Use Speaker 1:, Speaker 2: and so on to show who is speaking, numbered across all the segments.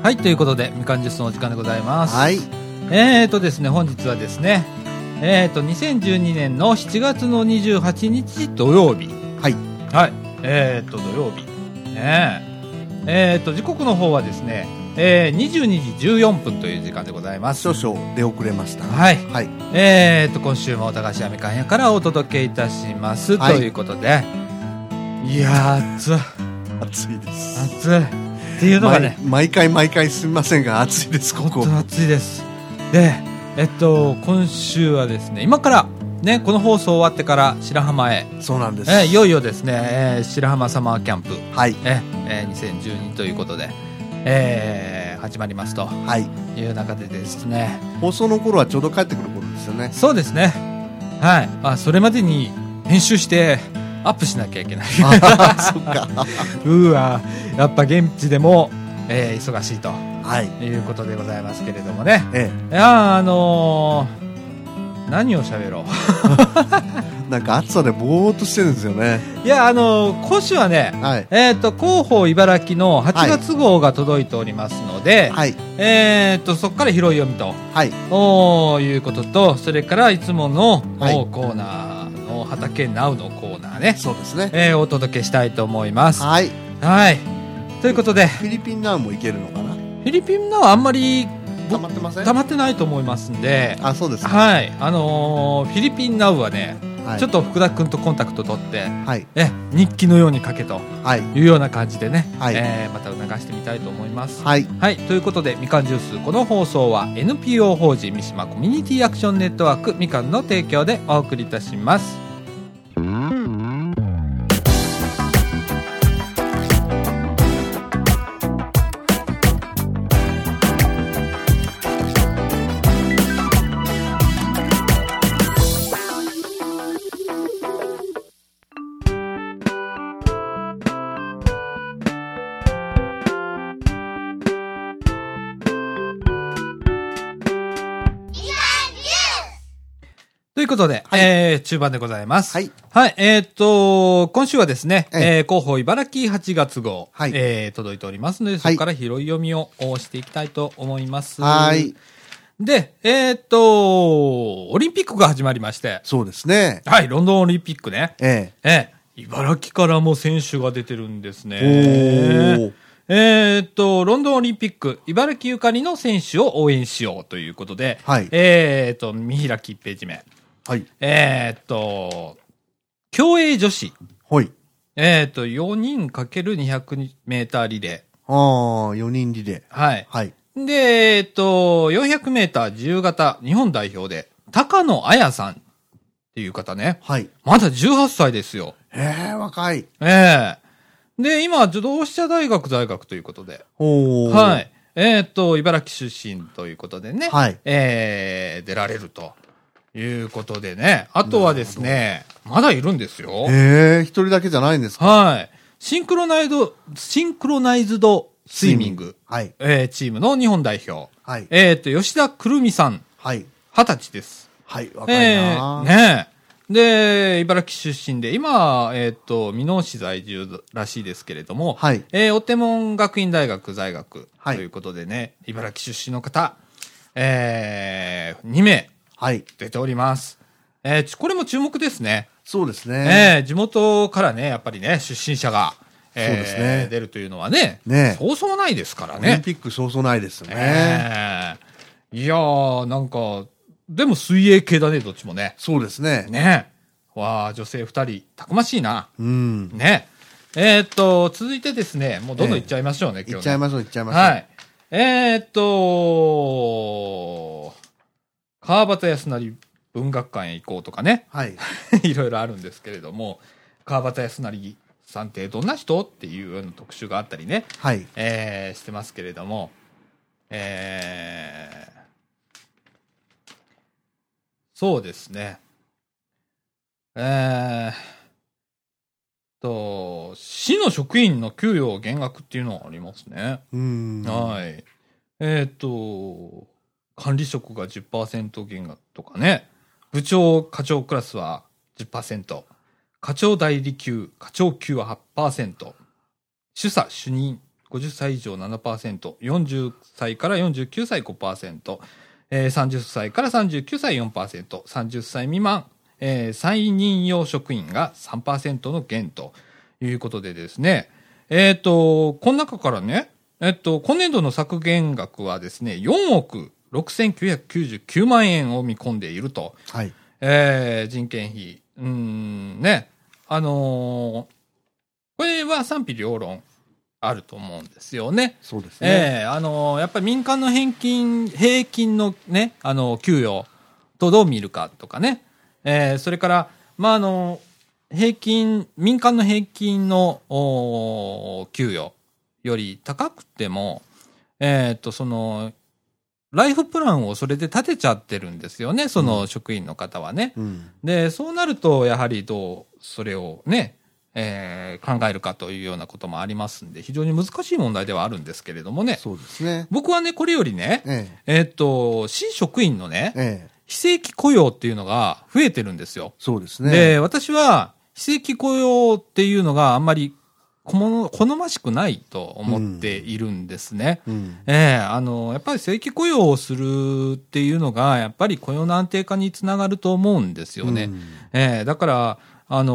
Speaker 1: はい、ということで、みかんジュースのお時間でございます。
Speaker 2: はい。
Speaker 1: えーとですね、本日はですね、えーと、2012年の7月の28日土曜日。
Speaker 2: はい。
Speaker 1: はい。えーと、土曜日。ねえ。えーと、時刻の方はですね、えー、22時14分という時間でございます。
Speaker 2: 少々出遅れました。
Speaker 1: はい
Speaker 2: はい。
Speaker 1: えーと、今週も高橋亜美館屋からお届けいたします。
Speaker 2: はい
Speaker 1: ということで、いやー、暑い、
Speaker 2: 暑いです。
Speaker 1: 暑い。っていうのがね
Speaker 2: 毎、毎回毎回すみませんが、暑いです、ここ
Speaker 1: 本。当暑いですでえっと今週はですね今からねこの放送終わってから白浜へ、
Speaker 2: そうなんです。
Speaker 1: えいよいよですね、えー白浜サマーキャンプ、
Speaker 2: はい。
Speaker 1: ええー2012ということで、えー始まりますと
Speaker 2: はい。
Speaker 1: いう中でですね
Speaker 2: 放送の頃はちょうど帰ってくる頃ですよ ね。
Speaker 1: そうですねはい、まあ、それまでに編集してアップしなきゃいけ ない
Speaker 2: あーそっか。
Speaker 1: うわやっぱ現地でも、えー忙しいと
Speaker 2: はい。
Speaker 1: いうことでございますけれどもね
Speaker 2: え
Speaker 1: いやーあのー何を喋ろう
Speaker 2: え。なんか暑さでぼーっとしてるんですよね。
Speaker 1: いや、あの、今週はね、
Speaker 2: はい。
Speaker 1: えっ、と、広報茨城の8月号が届いておりますので、
Speaker 2: はい。
Speaker 1: えっ、と、そこから拾い読みと、
Speaker 2: はい。
Speaker 1: おーいうことと、それからいつもの、
Speaker 2: はい
Speaker 1: おーコーナーの、畑ナウのコーナーね、
Speaker 2: そうですね。
Speaker 1: えーお届けしたいと思います。は
Speaker 2: はい。
Speaker 1: い。ということで、
Speaker 2: フィリピンナウも行けるのかな
Speaker 1: フィリピンのはあんまり
Speaker 2: 溜まってません
Speaker 1: 溜まってないと思いますんで、
Speaker 2: あ、そうですね。
Speaker 1: はい。あのーフィリピンナウはね、
Speaker 2: はい
Speaker 1: ちょっと福田君とコンタクト取って、
Speaker 2: はい。
Speaker 1: え、日記のように書けと。
Speaker 2: はい。
Speaker 1: いうような感じでね、
Speaker 2: はい
Speaker 1: えーまた促してみたいと思います。はい
Speaker 2: はい。
Speaker 1: ということで、みかんジュース、この放送は NPO 法人三島コミュニティアクションネットワークみかんの提供でお送りいたします。ということで、
Speaker 2: はい
Speaker 1: えー中盤でございます。
Speaker 2: はい。
Speaker 1: はい、えーっと、今週はですね、
Speaker 2: ええ
Speaker 1: えー広報茨城8月号、
Speaker 2: はい
Speaker 1: えー届いておりますので、そ
Speaker 2: はい
Speaker 1: こから拾い読みをしていきたいと思います。
Speaker 2: はい。
Speaker 1: で、えーっと、オリンピックが始まりまして、
Speaker 2: そうですね。
Speaker 1: はい、ロンドンオリンピックね。
Speaker 2: え
Speaker 1: ええ、茨城からも選手が出てるんですね。
Speaker 2: おー
Speaker 1: えーっと、ロンドンオリンピック、茨城ゆかりの選手を応援しようということで、
Speaker 2: はい
Speaker 1: えーっと、見開き1ページ目。
Speaker 2: え。はい。
Speaker 1: えーっと、競泳女子、
Speaker 2: はい。
Speaker 1: えーっと、4人 ×200 メーターリレ
Speaker 2: ああ、4人リレー。
Speaker 1: ー。はい。
Speaker 2: はい。
Speaker 1: で、えーっと、400メーター自由形日本代表で、高野彩さんっていう方ね。
Speaker 2: はい。
Speaker 1: まだ18歳ですよ。
Speaker 2: ええ、若い。
Speaker 1: ええで、今、自動車大学在学ということで。
Speaker 2: おー
Speaker 1: は。い。えーっ、と、茨城出身ということでね。
Speaker 2: はい
Speaker 1: えー出られるということでね。あとはですね、まだいるんですよ。
Speaker 2: ええ、一人だけじゃないんですか
Speaker 1: はい。シンクロナイド、シンクロナイズドスイミング、
Speaker 2: はい。
Speaker 1: えーチームの日本代表。
Speaker 2: はい。
Speaker 1: えーっ、と、吉田くるみさん、
Speaker 2: はい。
Speaker 1: 二十歳です。
Speaker 2: はい。若い
Speaker 1: え
Speaker 2: な
Speaker 1: ー、。ねえ。で、茨城出身で、今、えーっ、と、箕面市在住らしいですけれども、
Speaker 2: はい
Speaker 1: えー、お手門学院大学在学と
Speaker 2: はい
Speaker 1: いうことでね、茨城出身の方、えー、2名
Speaker 2: はい。
Speaker 1: 出ております。えーちこれも注目ですね。
Speaker 2: そうですね。
Speaker 1: えー地元からね、やっぱりね、出身者が、えー
Speaker 2: そうですね
Speaker 1: 出るというのはね、
Speaker 2: ね
Speaker 1: そうそうないですから
Speaker 2: オリン
Speaker 1: ね。
Speaker 2: ピックそうそうないですよね。
Speaker 1: えーいやー、なんか、でも水泳系だね、どっちもね。
Speaker 2: そうですね。
Speaker 1: ねえ。わあ、女性二人、たくましいな。
Speaker 2: うん。
Speaker 1: ねえ。えーっと、続いてですね、もうどんどんいっちゃいましょうね、
Speaker 2: い
Speaker 1: 今
Speaker 2: っ
Speaker 1: 日
Speaker 2: ちゃ
Speaker 1: ね
Speaker 2: いましょう、いっちゃいましょう。
Speaker 1: はい。えーっと、川端康成文学館へ行こうとかね、
Speaker 2: はい。
Speaker 1: いろいろあるんですけれども、川端康成さんってどんな人っていうような特集があったりね、
Speaker 2: はい。
Speaker 1: えーしてますけれども、えーそうですね。えーと、市の職員の給与減額っていうのはありますね。
Speaker 2: うん。
Speaker 1: はい。えっ、と、管理職が10%減額とかね、部長、課長クラスは10%、課長代理級、課長級は8%、主査、主任50歳以上7%、40歳から49歳5%、えー、30歳から39歳4%、30歳未満、えー、再任用職員が3%の減ということでですね、えっ、と、この中からね、えっと、今年度の削減額はですね、4億6999万円を見込んでいると。
Speaker 2: はい。
Speaker 1: えー人件費。うーん、ね。あのーこれは賛否両論あると思うんですよね。
Speaker 2: そうですね。
Speaker 1: ええあのやっぱり民間の返金、平均のね、あの給与とどう見るかとかね。ええそれから、まあ、あの平均、民間の平均の、おー給与より高くても、えっ、と、その、ライフプランをそれで立てちゃってるんですよね、その職員の方はね。
Speaker 2: うん。
Speaker 1: で、そうなると、やはりどう、それをね、えー考えるかというようなこともありますんで、非常に難しい問題ではあるんですけれどもね。
Speaker 2: そうですね。
Speaker 1: 僕はね、これよりね、
Speaker 2: え
Speaker 1: えーっと、新職員のね
Speaker 2: え。、ええ。
Speaker 1: 非正規雇用っていうのが増えてるんですよ。
Speaker 2: そうですね。
Speaker 1: で、私は、非正規雇用っていうのがあんまり好も好ましくないと思っているんですね。
Speaker 2: うん。
Speaker 1: ええあの、やっぱり正規雇用をするっていうのが、やっぱり雇用の安定化につながると思うんですよね。
Speaker 2: うん
Speaker 1: ええだから、あの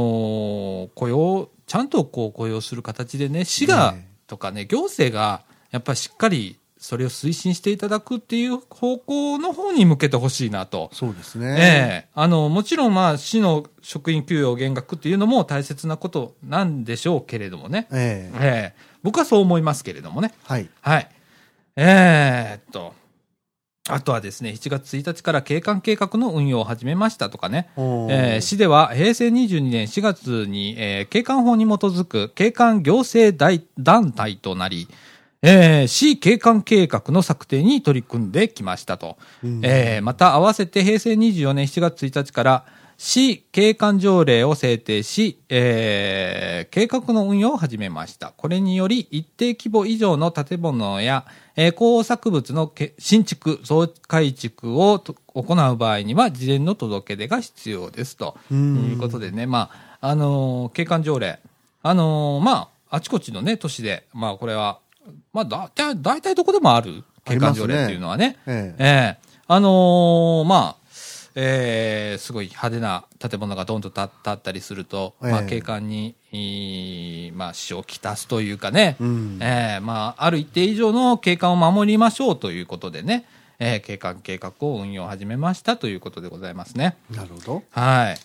Speaker 1: ー雇用、ちゃんとこう雇用する形でね、市が
Speaker 2: ね
Speaker 1: とかね、行政が、やっぱりしっかりそれを推進していただくっていう方向の方に向けてほしいなと。
Speaker 2: そうです
Speaker 1: え
Speaker 2: ね。
Speaker 1: えあの、もちろん、まあ、市の職員給与減額っていうのも大切なことなんでしょうけれどもね。
Speaker 2: ええ。
Speaker 1: ええ僕はそう思いますけれどもね。
Speaker 2: はい。
Speaker 1: はい。えーっと。あとはですね、7月1日から景観計画の運用を始めましたとかね。
Speaker 2: おー
Speaker 1: えー市では平成22年4月に、えー景観法に基づく景観行政大団体となり、えー市景観計画の策定に取り組んできましたと。
Speaker 2: うん
Speaker 1: えーまた合わせて平成24年7月1日から市景観条例を制定し、えー計画の運用を始めました。これにより一定規模以上の建物や、えー工作物のけ新築、増改築をと行う場合には事前の届け出が必要ですと。
Speaker 2: うん
Speaker 1: いうことでね、まあ、あのー景観条例。あのーまあ、あちこちのね、都市で、まあこれは、まあだ、だ大体どこでもある景観条例っていうのはね
Speaker 2: ええ。
Speaker 1: ええあのーまあ、ええすごい派手な建物がどんどん建ったりすると、まあ、
Speaker 2: ええ
Speaker 1: 景観に、いいまあ、支障をきたすというかね、
Speaker 2: うん
Speaker 1: ええまあ、ある一定以上の景観を守りましょうということでね、ええ景観計画を運用を始めましたということでございますね。
Speaker 2: なるほど。
Speaker 1: はい。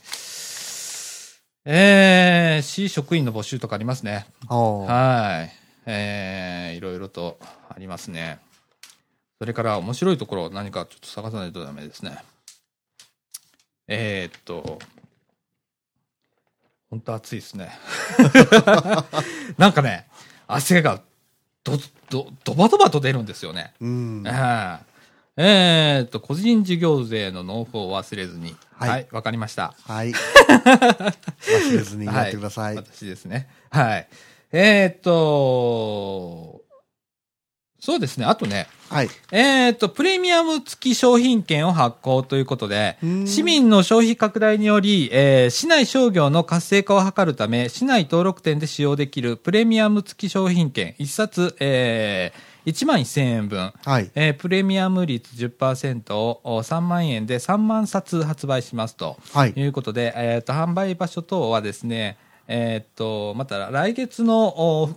Speaker 1: ええ市職員の募集とかありますね。
Speaker 2: ああ。
Speaker 1: はい。えー、いろいろとありますね。それから面白いところを何かちょっと探さないとダメですね。えー、っと、本当暑いですね。 なんかね、汗がど、ど、ドバドバと出るんですよね。
Speaker 2: うん。
Speaker 1: はいえー、っと、個人事業税の納付を忘れずに。
Speaker 2: はい
Speaker 1: はい、わ、かりました。
Speaker 2: はい。忘れずにやってください。
Speaker 1: は私ですね。はい。えーっと、そうですね。あとね、
Speaker 2: はい。
Speaker 1: えーっと、プレミアム付き商品券を発行ということで
Speaker 2: う、ん
Speaker 1: 市民の消費拡大により、えー市内商業の活性化を図るため、市内登録店で使用できるプレミアム付き商品券、1冊、え1万1000円分、
Speaker 2: はい。
Speaker 1: えープレミアム率10%をお3万円で3万冊発売しますと。
Speaker 2: はい
Speaker 1: と。いうことで、えー、と販売場所等はですね、えー、とまた来月の、お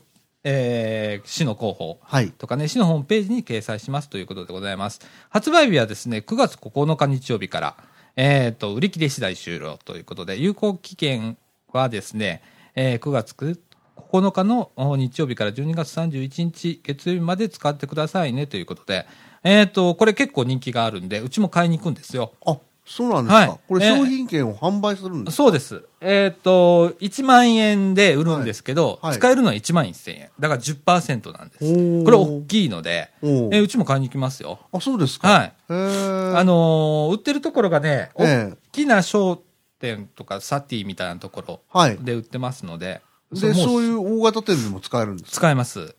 Speaker 1: えー市の広報
Speaker 2: はい。
Speaker 1: とかね、市のホームページに掲載しますということでございます。発売日はですね、9月9日日曜日から、えー、と売り切れ次第終了ということで、有効期限はですね、えー9月9 9日のお日曜日から12月31日月曜日まで使ってくださいねということで、えー、とこれ結構人気があるんで、うちも買いに行くんですよ。
Speaker 2: あ、そうなんです
Speaker 1: は
Speaker 2: か
Speaker 1: い。
Speaker 2: これ
Speaker 1: えー
Speaker 2: 商品券を販売するんです
Speaker 1: そうです。えっ、と、1万円で売るんですけど、
Speaker 2: はいはい
Speaker 1: 使えるのは1万1000円。だから10%なんです。
Speaker 2: おー
Speaker 1: これ大きいので、え
Speaker 2: おー
Speaker 1: ーうちも買いに行きますよ。
Speaker 2: あ、そうですか。
Speaker 1: はい。
Speaker 2: へー
Speaker 1: あのー売ってるところがね、
Speaker 2: ええ
Speaker 1: 大きな商店とかサティみたいなところ
Speaker 2: はい。
Speaker 1: で売ってますので、
Speaker 2: で、
Speaker 1: も
Speaker 2: そういう大型店にも使えるんです
Speaker 1: 使えます。
Speaker 2: か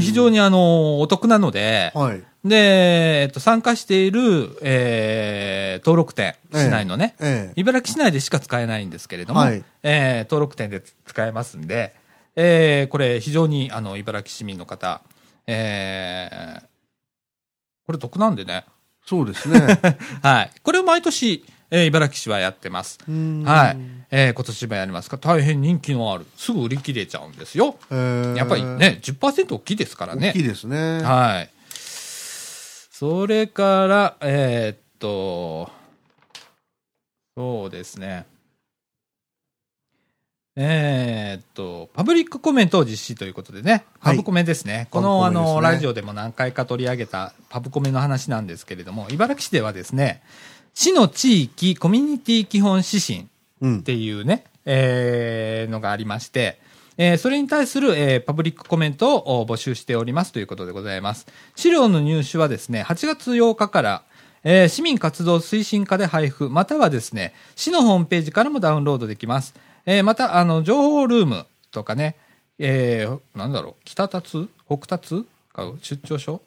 Speaker 1: 非常
Speaker 2: に。
Speaker 1: にあのーお得なので、
Speaker 2: はい。
Speaker 1: で、えっ、と、参加している、えー登録店、市内のね、
Speaker 2: ええ。
Speaker 1: 茨城市内でしか使えないんですけれども、
Speaker 2: はい
Speaker 1: えー登録店で使えますんで、えーこれ非常にあの茨城市民の方、えーこれ得なんで ね。
Speaker 2: そうです ね。
Speaker 1: はい。これを毎年、えー茨城市はやってます。は。
Speaker 2: はい
Speaker 1: えー今年もやりますか大変人気のある。すぐ売り切れちゃうんですよ。やっぱり。ね、10%大きいですからね
Speaker 2: 大き。いですね。
Speaker 1: はい。それから、えーっと、そうですね。えーっと、パブリックコメントを実施ということでね、パ
Speaker 2: はい
Speaker 1: ブコメですね。こ
Speaker 2: パブ
Speaker 1: の、
Speaker 2: コ
Speaker 1: あ
Speaker 2: メですね
Speaker 1: の、ラジオでも何回か取り上げたパブコメの話なんですけれども、茨城市ではですね、市の地域コミュニティ基本指針
Speaker 2: うん
Speaker 1: っ。ていうね、えーのがありまして、えーそれに対する、えーパブリックコメントをお募集しておりますということでございます。資料の入手はですね、8月8日から、えー市民活動推進課で配布、またはですね、市のホームページからもダウンロードできます。えーまた、あの、情報ルームとかね、えーなんだろう、北立北立か出張所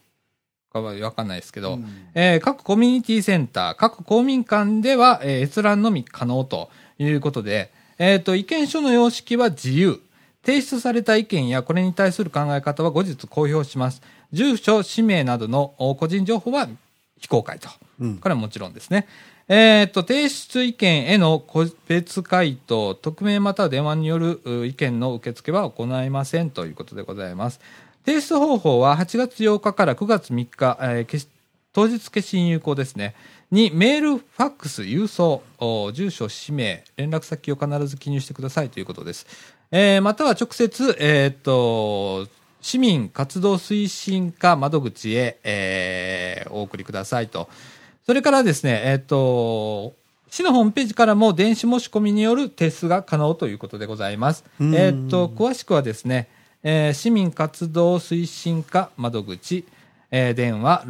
Speaker 1: かはわかんないですけど、えー各コミュニティセンター、各公民館では、えー閲覧のみ可能ということで、えっ、と、意見書の様式は自由。提出された意見やこれに対する考え方は後日公表します。住所、氏名などのお個人情報は非公開と。
Speaker 2: うん
Speaker 1: これはもちろんですね。えっ、と、提出意見への個別回答、匿名または電話によるう意見の受付は行いませんということでございます。提出方法は8月8日から9月3日、えー消し当日消印有効ですね。に、メール、ファックス、郵送、お住所、氏名、連絡先を必ず記入してくださいということです。えーまたは直接、えーっと、市民活動推進課窓口へ、えーお送りくださいと。それからですね、えーっと、市のホームページからも電子申し込みによる提出が可能ということでございます。え
Speaker 2: うん
Speaker 1: ーっと、詳しくはですね、えー市民活動推進課窓口、えー電話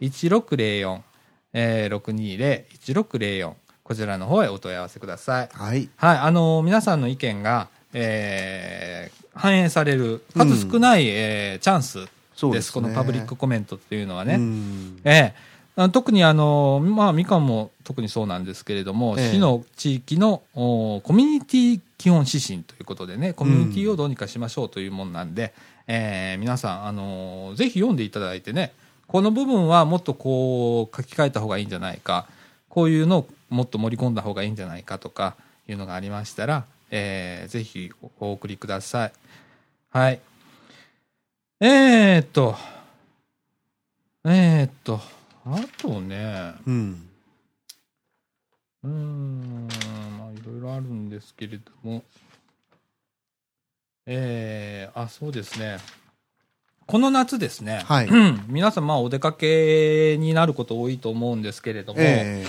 Speaker 1: 620-1604、えー、620-1604こちらの方へお問い合わせください。
Speaker 2: はい。
Speaker 1: はい、あのー皆さんの意見が、えー反映される数少ない、えーチャンスです
Speaker 2: そうですね
Speaker 1: このパブリックコメントっていうのはね。
Speaker 2: うん
Speaker 1: ええあ特にあの、まあ、みかんも特にそうなんですけれども、
Speaker 2: ええ
Speaker 1: 市の地域のおコミュニティ基本指針ということでね、コミュニティをどうにかしましょうというもんなんで、ええ皆さん、あのぜひ読んでいただいてね、この部分はもっとこう書き換えた方がいいんじゃないか、こういうのをもっと盛り込んだ方がいいんじゃないかとかいうのがありましたら、ええぜひおお送りください。はい。えー、っと、えー、っと、あとね、
Speaker 2: うん。
Speaker 1: うーん、まあ、いろいろあるんですけれども、えー、あ、そうですね。この夏ですね、
Speaker 2: はい
Speaker 1: うん皆さん、まあ、お出かけになること多いと思うんですけれども、え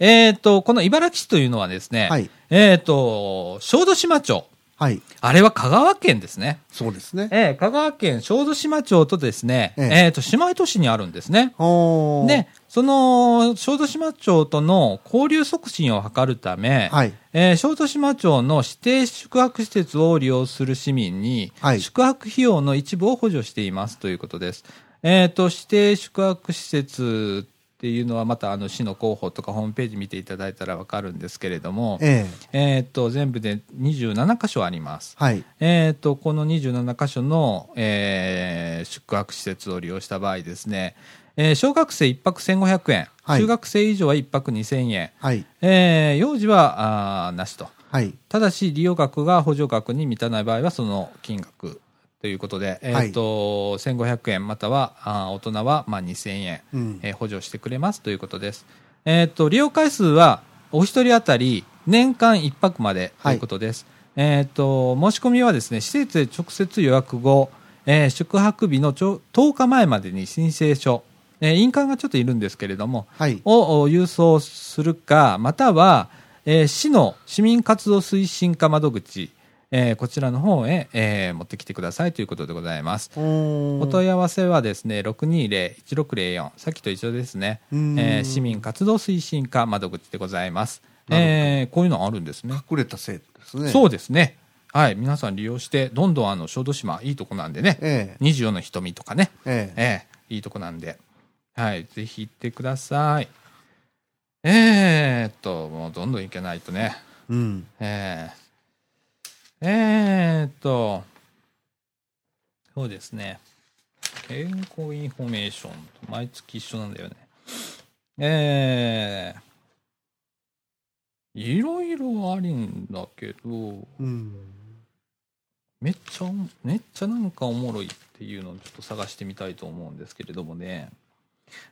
Speaker 2: え
Speaker 1: ー、と、この茨城市というのはですね、
Speaker 2: え。はい。
Speaker 1: えー、と、小豆島町、
Speaker 2: はい。
Speaker 1: あれは香川県ですね。
Speaker 2: そうですね。
Speaker 1: えー、香川県小豆島町とですね、
Speaker 2: ええ
Speaker 1: えー、と、姉妹都市にあるんですね。
Speaker 2: おー
Speaker 1: で、その小豆島町との交流促進を図るため、
Speaker 2: はい。
Speaker 1: えー小豆島町の指定宿泊施設を利用する市民に、
Speaker 2: はい
Speaker 1: 宿泊費用の一部を補助していますということです。えっ、と、指定宿泊施設っていうのは、またあの市の広報とかホームページ見ていただいたらわかるんですけれども、
Speaker 2: ええ。
Speaker 1: えっ、と、全部で27箇所あります。
Speaker 2: はい。
Speaker 1: えー、とこの27箇所の、えー宿泊施設を利用した場合ですね、えー小学生1泊1500円、
Speaker 2: はい
Speaker 1: 中学生以上は1泊2000円、
Speaker 2: はい。
Speaker 1: えー幼児はあーなしと、
Speaker 2: はい。
Speaker 1: ただし利用額が補助額に満たない場合はその金額ということで、えーと1500円またはあー大人はまあ2000円、
Speaker 2: うん。
Speaker 1: えー補助してくれますということです。えっ、と、利用回数はお一人当たり年間1泊までと
Speaker 2: はい
Speaker 1: いうことです。えっ、と、申し込みはですね、施設で直接予約後、えー宿泊日のちょ10日前までに申請書、えー印鑑がちょっといるんですけれども、
Speaker 2: はい。
Speaker 1: をお郵送するか、または、えー市の市民活動推進課窓口、えーこちらの方へ、えー持ってきてくださいということでございます。
Speaker 2: お
Speaker 1: お問い合わせはですね、620-1604、さっきと一緒ですね、え
Speaker 2: うん
Speaker 1: ー市民活動推進課窓口でございます。
Speaker 2: なるほど
Speaker 1: えーこういうのあるんですね。
Speaker 2: 隠れた生徒ですね。。
Speaker 1: そううですね。はい、皆さん利用して、どんどんあの小豆島、いいとこなんでね、
Speaker 2: ええ。
Speaker 1: 24の瞳とかね、
Speaker 2: ええ。
Speaker 1: ええいいとこなんで、はい、ぜひ行ってください。えー、っと、もうどんどん行けないとね。
Speaker 2: うん。
Speaker 1: えー、えーっと、そうですね。健康インフォメーションと毎月一緒なんだよね。えー、いろいろありんだけど、
Speaker 2: うん。
Speaker 1: めっちゃ、めっちゃなんかおもろいっていうのをちょっと探してみたいと思うんですけれどもね。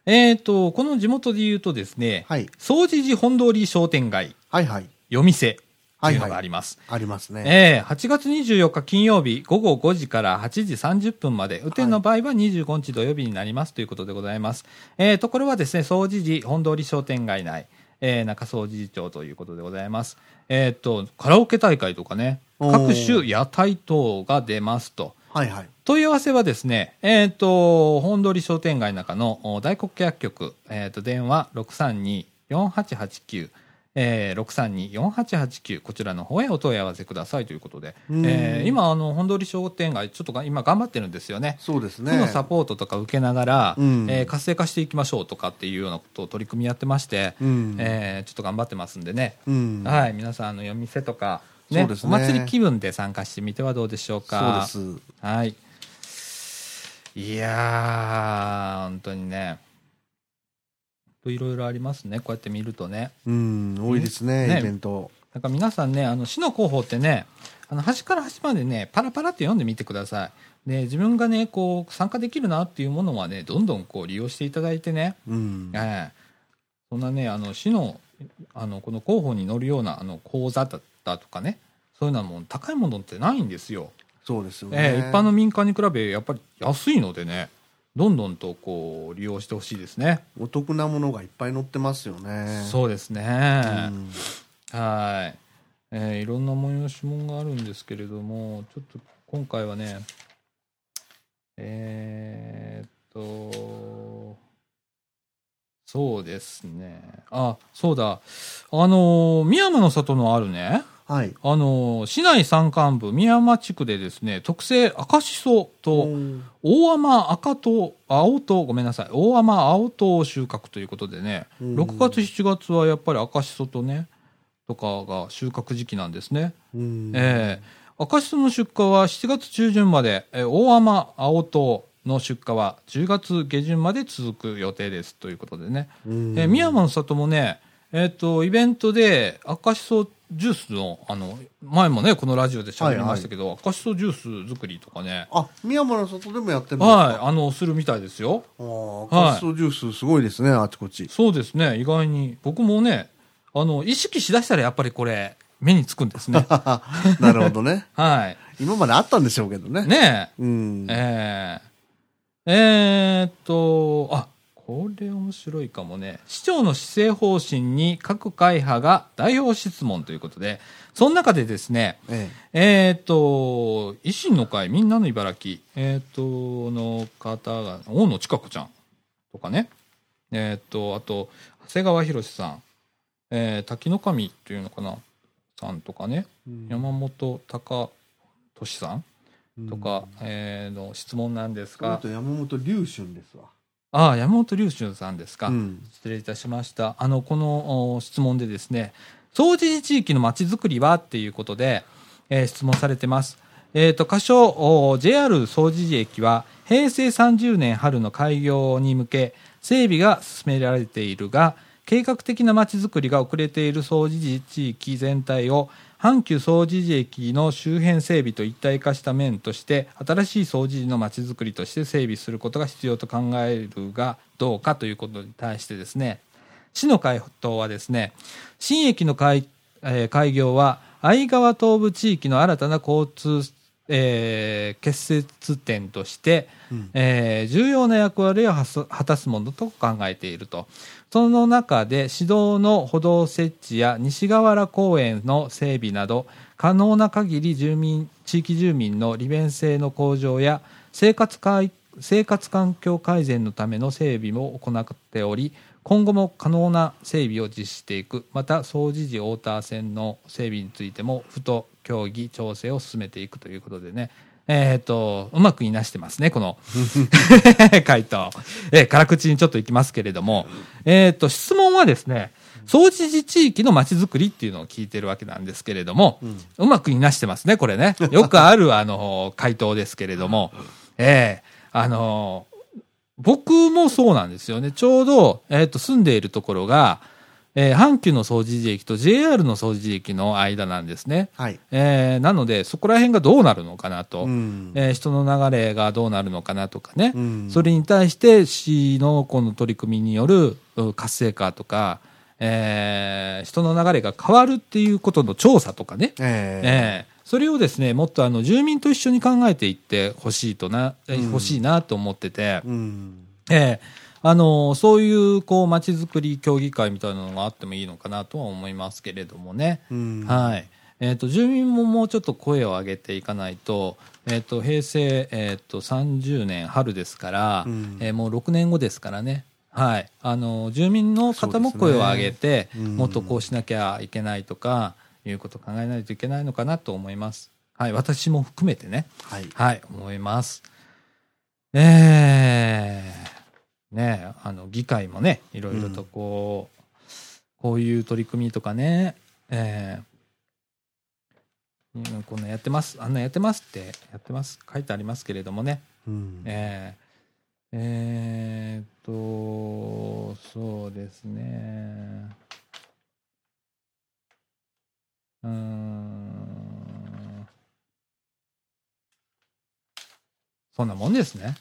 Speaker 1: えっ、と、この地元で言うとですね、
Speaker 2: はい。
Speaker 1: 総持寺本通り商店街、
Speaker 2: はいはい。
Speaker 1: 夜店って
Speaker 2: はいいう
Speaker 1: のが
Speaker 2: は
Speaker 1: あ
Speaker 2: い。
Speaker 1: ります。
Speaker 2: ありますね。
Speaker 1: ええ8月24日金曜日午後5時から8時30分まで、雨天の場合は25日土曜日になりますということでございます。えーところはですね、総持寺本通り商店街内、えー中総持寺町ということでございます。えっ、と、カラオケ大会とかね、
Speaker 2: おー
Speaker 1: 各種屋台等が出ますと。
Speaker 2: はいはい。
Speaker 1: 問い合わせはですね、えっ、と、本通り商店街の中のお大黒薬局、えっ、と、電話632-4889、えー、632-4889、こちらの方へお問い合わせくださいということで、
Speaker 2: うん
Speaker 1: えー今、あの、本通り商店街、ちょっとが今頑張ってるんですよね。
Speaker 2: そうですね。
Speaker 1: 負のサポートとか受けながら、
Speaker 2: うん
Speaker 1: えー活性化していきましょうとかっていうようなことを取り組みやってまして、
Speaker 2: うん。
Speaker 1: えーちょっと頑張ってますんでね、
Speaker 2: うん。
Speaker 1: はい、皆さん、あの、夜店とか、ね
Speaker 2: そうです
Speaker 1: お
Speaker 2: ね
Speaker 1: 祭り気分で参加してみてはどうでしょうか。
Speaker 2: そうです。
Speaker 1: はい。いやー、本当にね。いろいろありますね、こうやって見るとね。
Speaker 2: うん。多いですね、
Speaker 1: ね
Speaker 2: イベント。
Speaker 1: なんか皆さんね、あの、市の広報ってね、あの、端から端までね、パラパラって読んでみてください。で、自分がね、こう、参加できるなっていうものはね、どんどんこう、利用していただいてね、
Speaker 2: うん。
Speaker 1: ええそんなね、あの、市の、あの、この広報に載るような、あの、講座だったとかね、そういうのはもう高いものってないんですよ。
Speaker 2: そうですよ
Speaker 1: え
Speaker 2: ね。
Speaker 1: え一般の民間に比べやっぱり安いのでねどんどんとこう利用してほしいですね、
Speaker 2: お得なものがいっぱい載ってますよね。
Speaker 1: そうですね、
Speaker 2: う
Speaker 1: は
Speaker 2: ん。
Speaker 1: い、ええいろんな催し物があるんですけれどもちょっと今回はねえーっとそうですねあそうだあの深山の里のあるね
Speaker 2: はい。
Speaker 1: あの市内山間部深山地区でですね特製赤しそと、
Speaker 2: うん
Speaker 1: 大甘赤と青とごめんなさい大甘青とを収穫ということでね、
Speaker 2: うん
Speaker 1: 6月7月はやっぱり赤しそとねとかが収穫時期なんですね、
Speaker 2: うん。
Speaker 1: ええ赤しその出荷は7月中旬まで、えー大甘青との出荷は10月下旬まで続く予定ですということでね、
Speaker 2: うん
Speaker 1: えー、宮間の里もね、えっとイベントで赤しそジュースのあの前もねこのラジオで喋りましたけど、赤しそジュース作りとかね
Speaker 2: あ、宮村の外でもやってるんですか
Speaker 1: はい、あの、するみたいですよ。
Speaker 2: あー
Speaker 1: はい
Speaker 2: カストジュースすごいですね、あち こち。。
Speaker 1: そうですね、意外に。僕もね、あの、意識しだしたらやっぱりこれ、目につくんですね
Speaker 2: なるほどね。
Speaker 1: は
Speaker 2: 今まであったんでしょうけどね。
Speaker 1: い。ね
Speaker 2: うん。
Speaker 1: え、えええーっと、あ、これ面白いかもね。市長の施政方針に各会派が代表質問ということで、その中でですね、
Speaker 2: え
Speaker 1: えっ、と、維新の会、みんなの茨城、えっ、と、の方が、大野千佳子ちゃんとかね、えっ、と、あと、長谷川博さん、えー滝の神っていうのかな、さんとかね、
Speaker 2: え
Speaker 1: 山本隆俊さんとか、えーの質問なんです
Speaker 2: あ
Speaker 1: が
Speaker 2: と、山本龍春ですわ。
Speaker 1: ああ、山本龍春さんですか。
Speaker 2: うん。
Speaker 1: 失礼いたしました。あの、このお質問でですね、総知事地域のまちづくりはっていうことで、えー質問されてます。えっ、と、仮称、お JR 総知事駅は、平成30年春の開業に向け、整備が進められているが、計画的なまちづくりが遅れている総知事地域全体を、阪急総知事駅の周辺整備と一体化した面として、新しい総知事のまちづくりとして整備することが必要と考えるがどうかということに対してですね、市の回答はですね、新駅の開,、えー開業は、相川東部地域の新たな交通、えー結節点として、
Speaker 2: うん
Speaker 1: えー重要な役割をはす果たすものと考えていると。その中で、市道の歩道設置や西河原公園の整備など、可能な限り住民、地域住民の利便性の向上や生活改、生活環境改善のための整備も行っており、今後も可能な整備を実施していく、また、総除時太田線の整備についても、ふと協議、調整を進めていくということでね、えっ、と、うまくいなしてますね、この回答。えー辛口にちょっといきますけれども、えっ、と、質問はですね、総知事地域のまちづくりっていうのを聞いてるわけなんですけれども、う まくいなしてますね、これね。よくある、あの、回答ですけれども、ええあのー僕もそうなんですよね。ちょうど、えっ、と、住んでいるところが、えー阪急の総除寺駅と JR の総除寺駅の間なんですね。
Speaker 2: はい。
Speaker 1: えーなので、そこら辺がどうなるのかなと、
Speaker 2: うん。
Speaker 1: えー人の流れがどうなるのかなとかね、
Speaker 2: うん
Speaker 1: それに対して市のこの取り組みによるうん活性化とか、えー人の流れが変わるっていうことの調査とかね、
Speaker 2: え
Speaker 1: え
Speaker 2: え
Speaker 1: えそれをですねもっとあの住民と一緒に考えていってほしいとな、え
Speaker 2: うん
Speaker 1: 欲しいなと思ってて、
Speaker 2: うん。
Speaker 1: ええあのそういうこう街づくり協議会みたいなのがあってもいいのかなとは思いますけれどもね、
Speaker 2: うん。
Speaker 1: はいえー、と住民ももうちょっと声を上げていかないと,、えー、と平成、えー、と30年春ですから、
Speaker 2: うん
Speaker 1: えーもう6年後ですからね、はい、あの住民の方も声を上げて、
Speaker 2: そうですねうん
Speaker 1: もっとこうしなきゃいけないとかいうことを考えないといけないのかなと思います。はい、私も含めてね、
Speaker 2: はい。
Speaker 1: はい、思います。えー、ねえあの、議会もね、いろいろとこう、こういう取り組みとかね、えーうんこんなんやってます、あんなんやってますって、やってます、書いてありますけれどもね、
Speaker 2: うん。
Speaker 1: えーえーっと、そうですね。うーん。そんなもんです ね。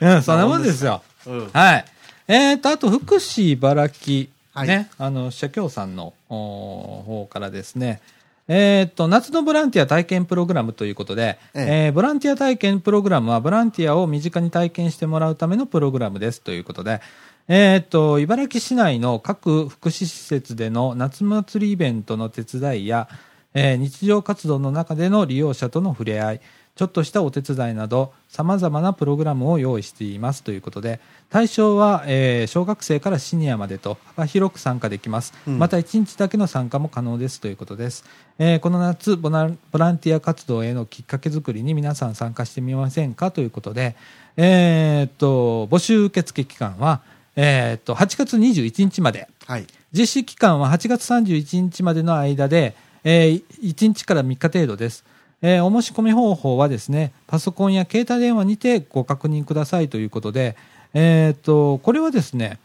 Speaker 1: うん、そんなもんですよ。
Speaker 2: うん
Speaker 1: はい。えーっと、あと、福祉茨城、
Speaker 2: はい
Speaker 1: ね、あの、社協さんのおー方からですね、えーっと、夏のボランティア体験プログラムということで、
Speaker 2: え
Speaker 1: え
Speaker 2: え
Speaker 1: ーボランティア体験プログラムは、ボランティアを身近に体験してもらうためのプログラムですということで、えーっと、茨城市内の各福祉施設での夏祭りイベントの手伝いや、えー日常活動の中での利用者との触れ合い、ちょっとしたお手伝いなど、様々なプログラムを用意していますということで、対象は、えー小学生からシニアまでと幅広く参加できます。
Speaker 2: うん
Speaker 1: また1日だけの参加も可能ですということです。えーこの夏ボラン、ボランティア活動へのきっかけ作りに皆さん参加してみませんかということで、えーっと、募集受付期間は、えーっと、8月21日まで。
Speaker 2: はい。
Speaker 1: 実施期間は8月31日までの間で、えー1日から3日程度です。えーお申し込み方法はですね、パソコンや携帯電話にてご確認くださいということで、えーっと、これはですね、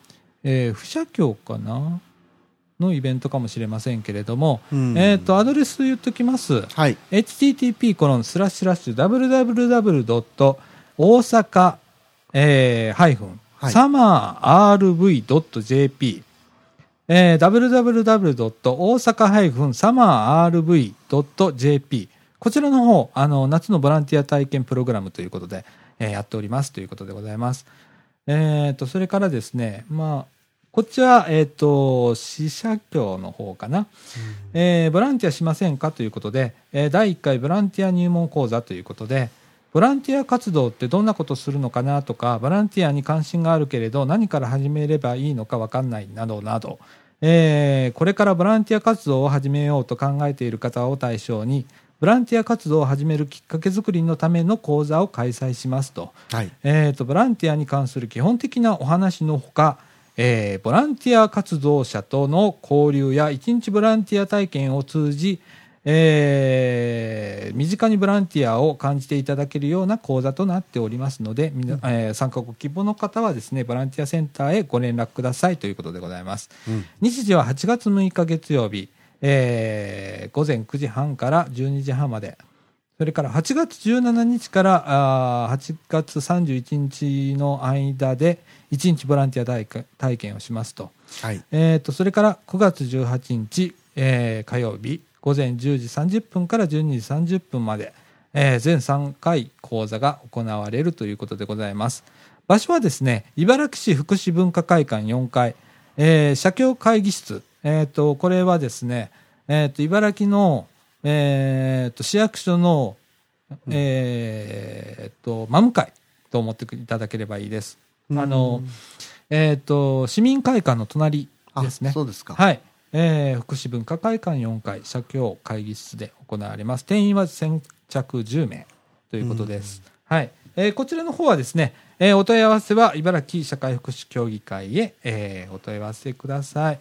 Speaker 1: えー、不社協かなのイベントかもしれませんけれども、
Speaker 2: うん
Speaker 1: えーっと、アドレス言っときます。
Speaker 2: はい。
Speaker 1: http コロンスラッシュラッシュ www. 大阪、えー、ハイフン、
Speaker 2: はい
Speaker 1: summerrv.jp、えー、www. 大阪ハイフン summerrv.jp こちらの方、あの、夏のボランティア体験プログラムということで、えーやっておりますということでございます。えっ、と、それからですね、まあ、こっちは、えっ、と、死者協の方かな。えーボランティアしませんかということで、えー第1回ボランティア入門講座ということで、ボランティア活動ってどんなことするのかなとか、ボランティアに関心があるけれど、何から始めればいいのかわかんないなどなど、えーこれからボランティア活動を始めようと考えている方を対象に、ボランティア活動を始めるきっかけ作りのための講座を開催しますと。
Speaker 2: はい。
Speaker 1: えー、とボランティアに関する基本的なお話のほか、えーボランティア活動者との交流や一日ボランティア体験を通じ、えー身近にボランティアを感じていただけるような講座となっておりますので、みなえー参加ご希望の方はですねボランティアセンターへご連絡くださいということでございます。
Speaker 2: うん。
Speaker 1: 日時は8月6日月曜日、えー午前9時半から12時半まで。それから8月17日からあー8月31日の間で1日ボランティア体験体験をしますと。
Speaker 2: はい。
Speaker 1: えーと、それから9月18日、えー火曜日午前10時30分から12時30分まで、えー全3回講座が行われるということでございます。場所はですね、茨城市福祉文化会館4階、えー社協会議室、えーと、これはですね、えーと、茨城の、えーと、市役所の、えーと、真向かいと思っていただければいいです。あの、えーと、市民会館の隣
Speaker 2: あ
Speaker 1: ですね。
Speaker 2: そうですか。
Speaker 1: はい。えー福祉文化会館4階、社協会議室で行われます。定員は先着10名ということです。はい。えーこちらの方はですね、えーお問い合わせは茨城社会福祉協議会へ、えーお問い合わせください。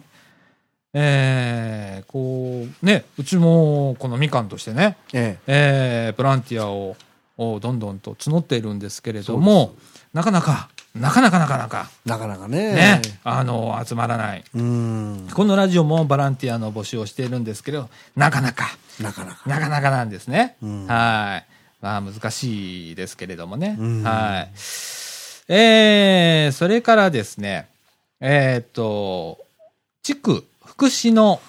Speaker 1: えーこう、ね、うちもこのみかんとしてね、
Speaker 2: え
Speaker 1: えーボランティアを、おどんどんと募っているんですけれども、なかなか、なかなかなかなか、
Speaker 2: なかなかね。
Speaker 1: ね、あの、集まらない。
Speaker 2: うん。
Speaker 1: このラジオもボランティアの募集をしているんですけど、なかなか、
Speaker 2: なかなか。
Speaker 1: なかなかなんですね。
Speaker 2: うん
Speaker 1: はい。まあ難しいですけれどもね。
Speaker 2: うん
Speaker 1: はい。えー、それからですね、えーっと、地区福祉の、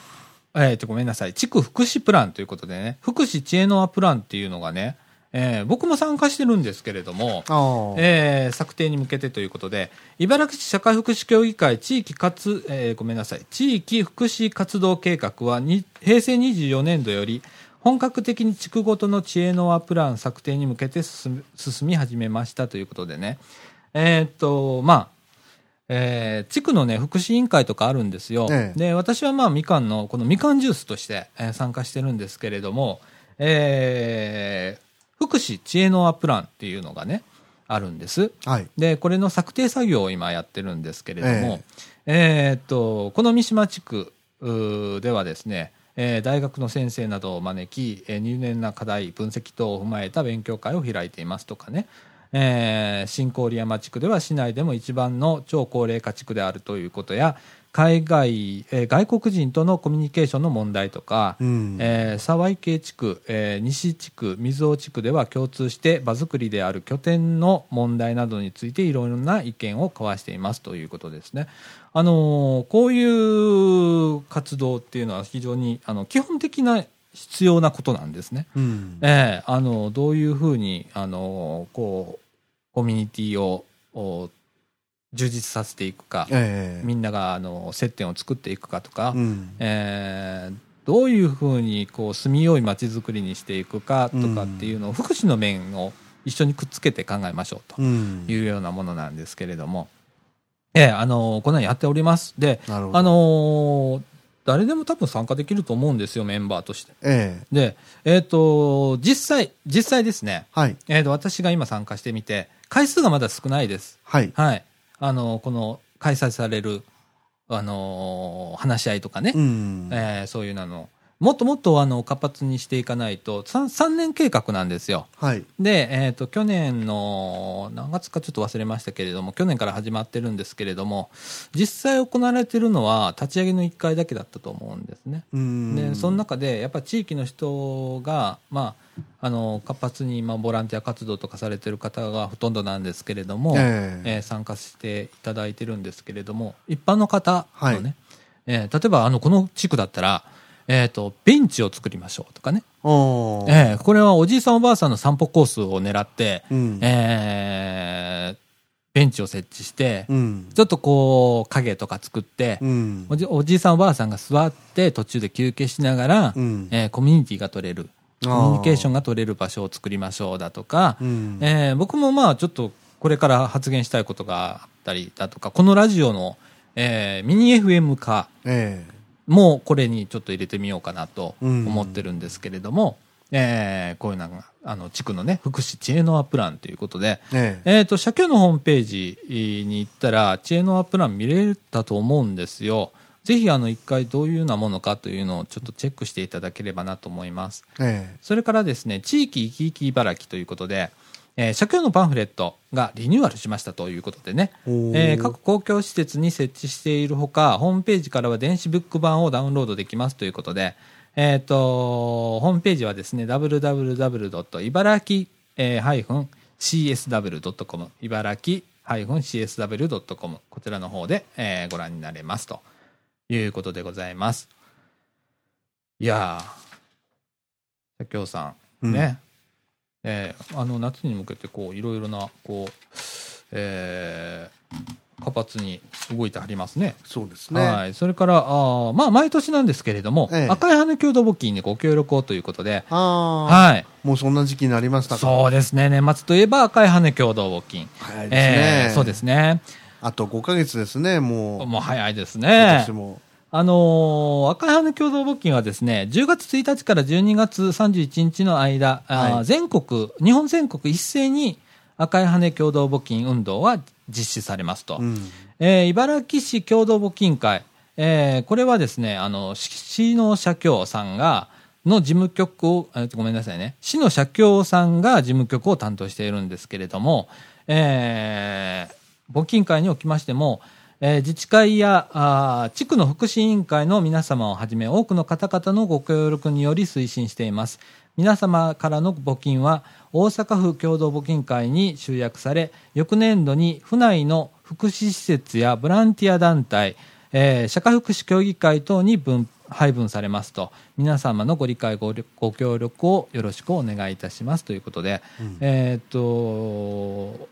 Speaker 1: えーっと、ごめんなさい、地区福祉プランということでね、福祉知恵の輪プランっていうのがね、えー僕も参加してるんですけれども、
Speaker 2: ああ。
Speaker 1: えー策定に向けてということで、茨城市社会福祉協議会地域かつ、えーごめんなさい、地域福祉活動計画はに、平成24年度より、本格的に地区ごとの知恵の輪プラン策定に向けて進み進み始めましたということでね。えーっと、まあ、えー地区のね、福祉委員会とかあるんですよ。
Speaker 2: ええ
Speaker 1: で、私はまあ、みかんの、このみかんジュースとして、えー参加してるんですけれども、えー福祉知恵の輪プランっていうのがね、あるんです。
Speaker 2: はい。
Speaker 1: で、これの策定作業を今やってるんですけれども、えーっと、この三島地区うーではですね、えー大学の先生などを招き、えー入念な課題、分析等を踏まえた勉強会を開いていますとかね、えー新郡山地区では市内でも一番の超高齢化地区であるということや、海外、えー外国人とのコミュニケーションの問題とか、
Speaker 2: うん。
Speaker 1: えー沢池地区、えー西地区、水尾地区では共通して場作りである拠点の問題などについていろいろな意見を交わしていますということですね。あのーこういう活動っていうのは非常にあの基本的な必要なことなんですね。
Speaker 2: うん。
Speaker 1: ええあのどういうふうにあのこうコミュニティをを充実させていくか、
Speaker 2: え
Speaker 1: みんながあの接点を作っていくかとか、
Speaker 2: うん。
Speaker 1: えーどういうふうにこう住みよい街づくりにしていくかとかっていうのを福祉の面を一緒にくっつけて考えましょう
Speaker 2: う
Speaker 1: と
Speaker 2: ん。
Speaker 1: いうようなものなんですけれども、ええあのこんなのやっておりますで、
Speaker 2: なるほど。
Speaker 1: あ、の誰でも多分参加できると思うんですよメンバーとして。
Speaker 2: ええ。
Speaker 1: で、えっと実際実際ですね、
Speaker 2: はい。
Speaker 1: えー、と私が今参加してみて回数がまだ少ないです。
Speaker 2: はい。
Speaker 1: はい、あのこの開催される、あの話し合いとかね、
Speaker 2: うん。
Speaker 1: えーそういうなのもっともっとあの活発にしていかないと 3, 三年計画なんですよ
Speaker 2: はい。
Speaker 1: で、えー、と去年の何月かちょっと忘れましたけれども去年から始まってるんですけれども実際行われてるのは立ち上げの1回だけだったと思うんですね
Speaker 2: うん。
Speaker 1: でその中でやっぱ地域の人が、まあ、あの活発に今ボランティア活動とかされてる方がほとんどなんですけれども、
Speaker 2: ええ。
Speaker 1: えー参加していただいてるんですけれども、一般の方のね、
Speaker 2: はい
Speaker 1: えー例えばあのこの地区だったら、えーと、ベンチを作りましょうとかね、
Speaker 2: おー。
Speaker 1: えーこれはおじいさんおばあさんの散歩コースを狙って、
Speaker 2: うん。
Speaker 1: えーベンチを設置して、
Speaker 2: うん。
Speaker 1: ちょっとこう、影とか作って、
Speaker 2: うん。
Speaker 1: おじおじいさんおばあさんが座って途中で休憩しながら、
Speaker 2: うん
Speaker 1: えーコミュニティが取れる、コミ
Speaker 2: あー
Speaker 1: ュニケーションが取れる場所を作りましょうだとか、
Speaker 2: うん
Speaker 1: えー僕もまあちょっとこれから発言したいことがあったりだとか、このラジオの、えーミニ FM 化
Speaker 2: え
Speaker 1: もこれにちょっと入れてみようかなと
Speaker 2: うん
Speaker 1: 思ってるんですけれども、えーこういうのが、あの、地区のね、福祉知恵の輪プランということで、
Speaker 2: え。ええ。
Speaker 1: えっ、と、社協のホームページに行ったら、知恵のアップラン見れたと思うんですよ。ぜひ、あの、一回どういうようなものかというのをちょっとチェックしていただければなと思います。
Speaker 2: え
Speaker 1: それからですね、地域いきいき茨城ということで、えー社協のパンフレットがリニューアルしましたということでね、
Speaker 2: え。おー
Speaker 1: えー各公共施設に設置しているほか、ホームページからは電子ブック版をダウンロードできますということで、えっ、と、ホームページはですね、www.茨城、えー -csw.com、茨城 -csw.com、こちらの方で、えーご覧になれますということでございます。いやー、社協さん、
Speaker 2: うん。
Speaker 1: ね、えーあの夏に向けてこういろいろなこう、えー活発に動いてありますね。
Speaker 2: そうですね。
Speaker 1: はい、それからあー、まあ、毎年なんですけれども、
Speaker 2: ええ
Speaker 1: 赤い羽根共同募金にご協力をということで、
Speaker 2: ああ。
Speaker 1: はい、
Speaker 2: もうそんな時期になりましたから。
Speaker 1: そうですね、年末といえば赤い羽根共同募金、
Speaker 2: 早いですね
Speaker 1: え。ーそうですね、
Speaker 2: あと5ヶ月ですね、もう。
Speaker 1: もう早いです
Speaker 2: 今
Speaker 1: ね
Speaker 2: 年。も。
Speaker 1: あのー赤い羽根共同募金はですね、10月1日から12月31日の間、あー
Speaker 2: はい
Speaker 1: 全国、日本全国一斉に赤い羽根共同募金運動は実施されますと。
Speaker 2: うん。
Speaker 1: えー茨城市共同募金会、えーこれはですね、あの、市の社協さんが、の事務局を、あごめんなさいね、市の社協さんが事務局を担当しているんですけれども、えー募金会におきましても、えー自治会やあー地区の福祉委員会の皆様をはじめ多くの方々のご協力により推進しています。皆様からの募金は大阪府共同募金会に集約され、翌年度に府内の福祉施設やボランティア団体、えー社会福祉協議会等に分配分されますと皆様のご理解ごりご協力をよろしくお願いいたしますということで、
Speaker 2: うん
Speaker 1: えーっと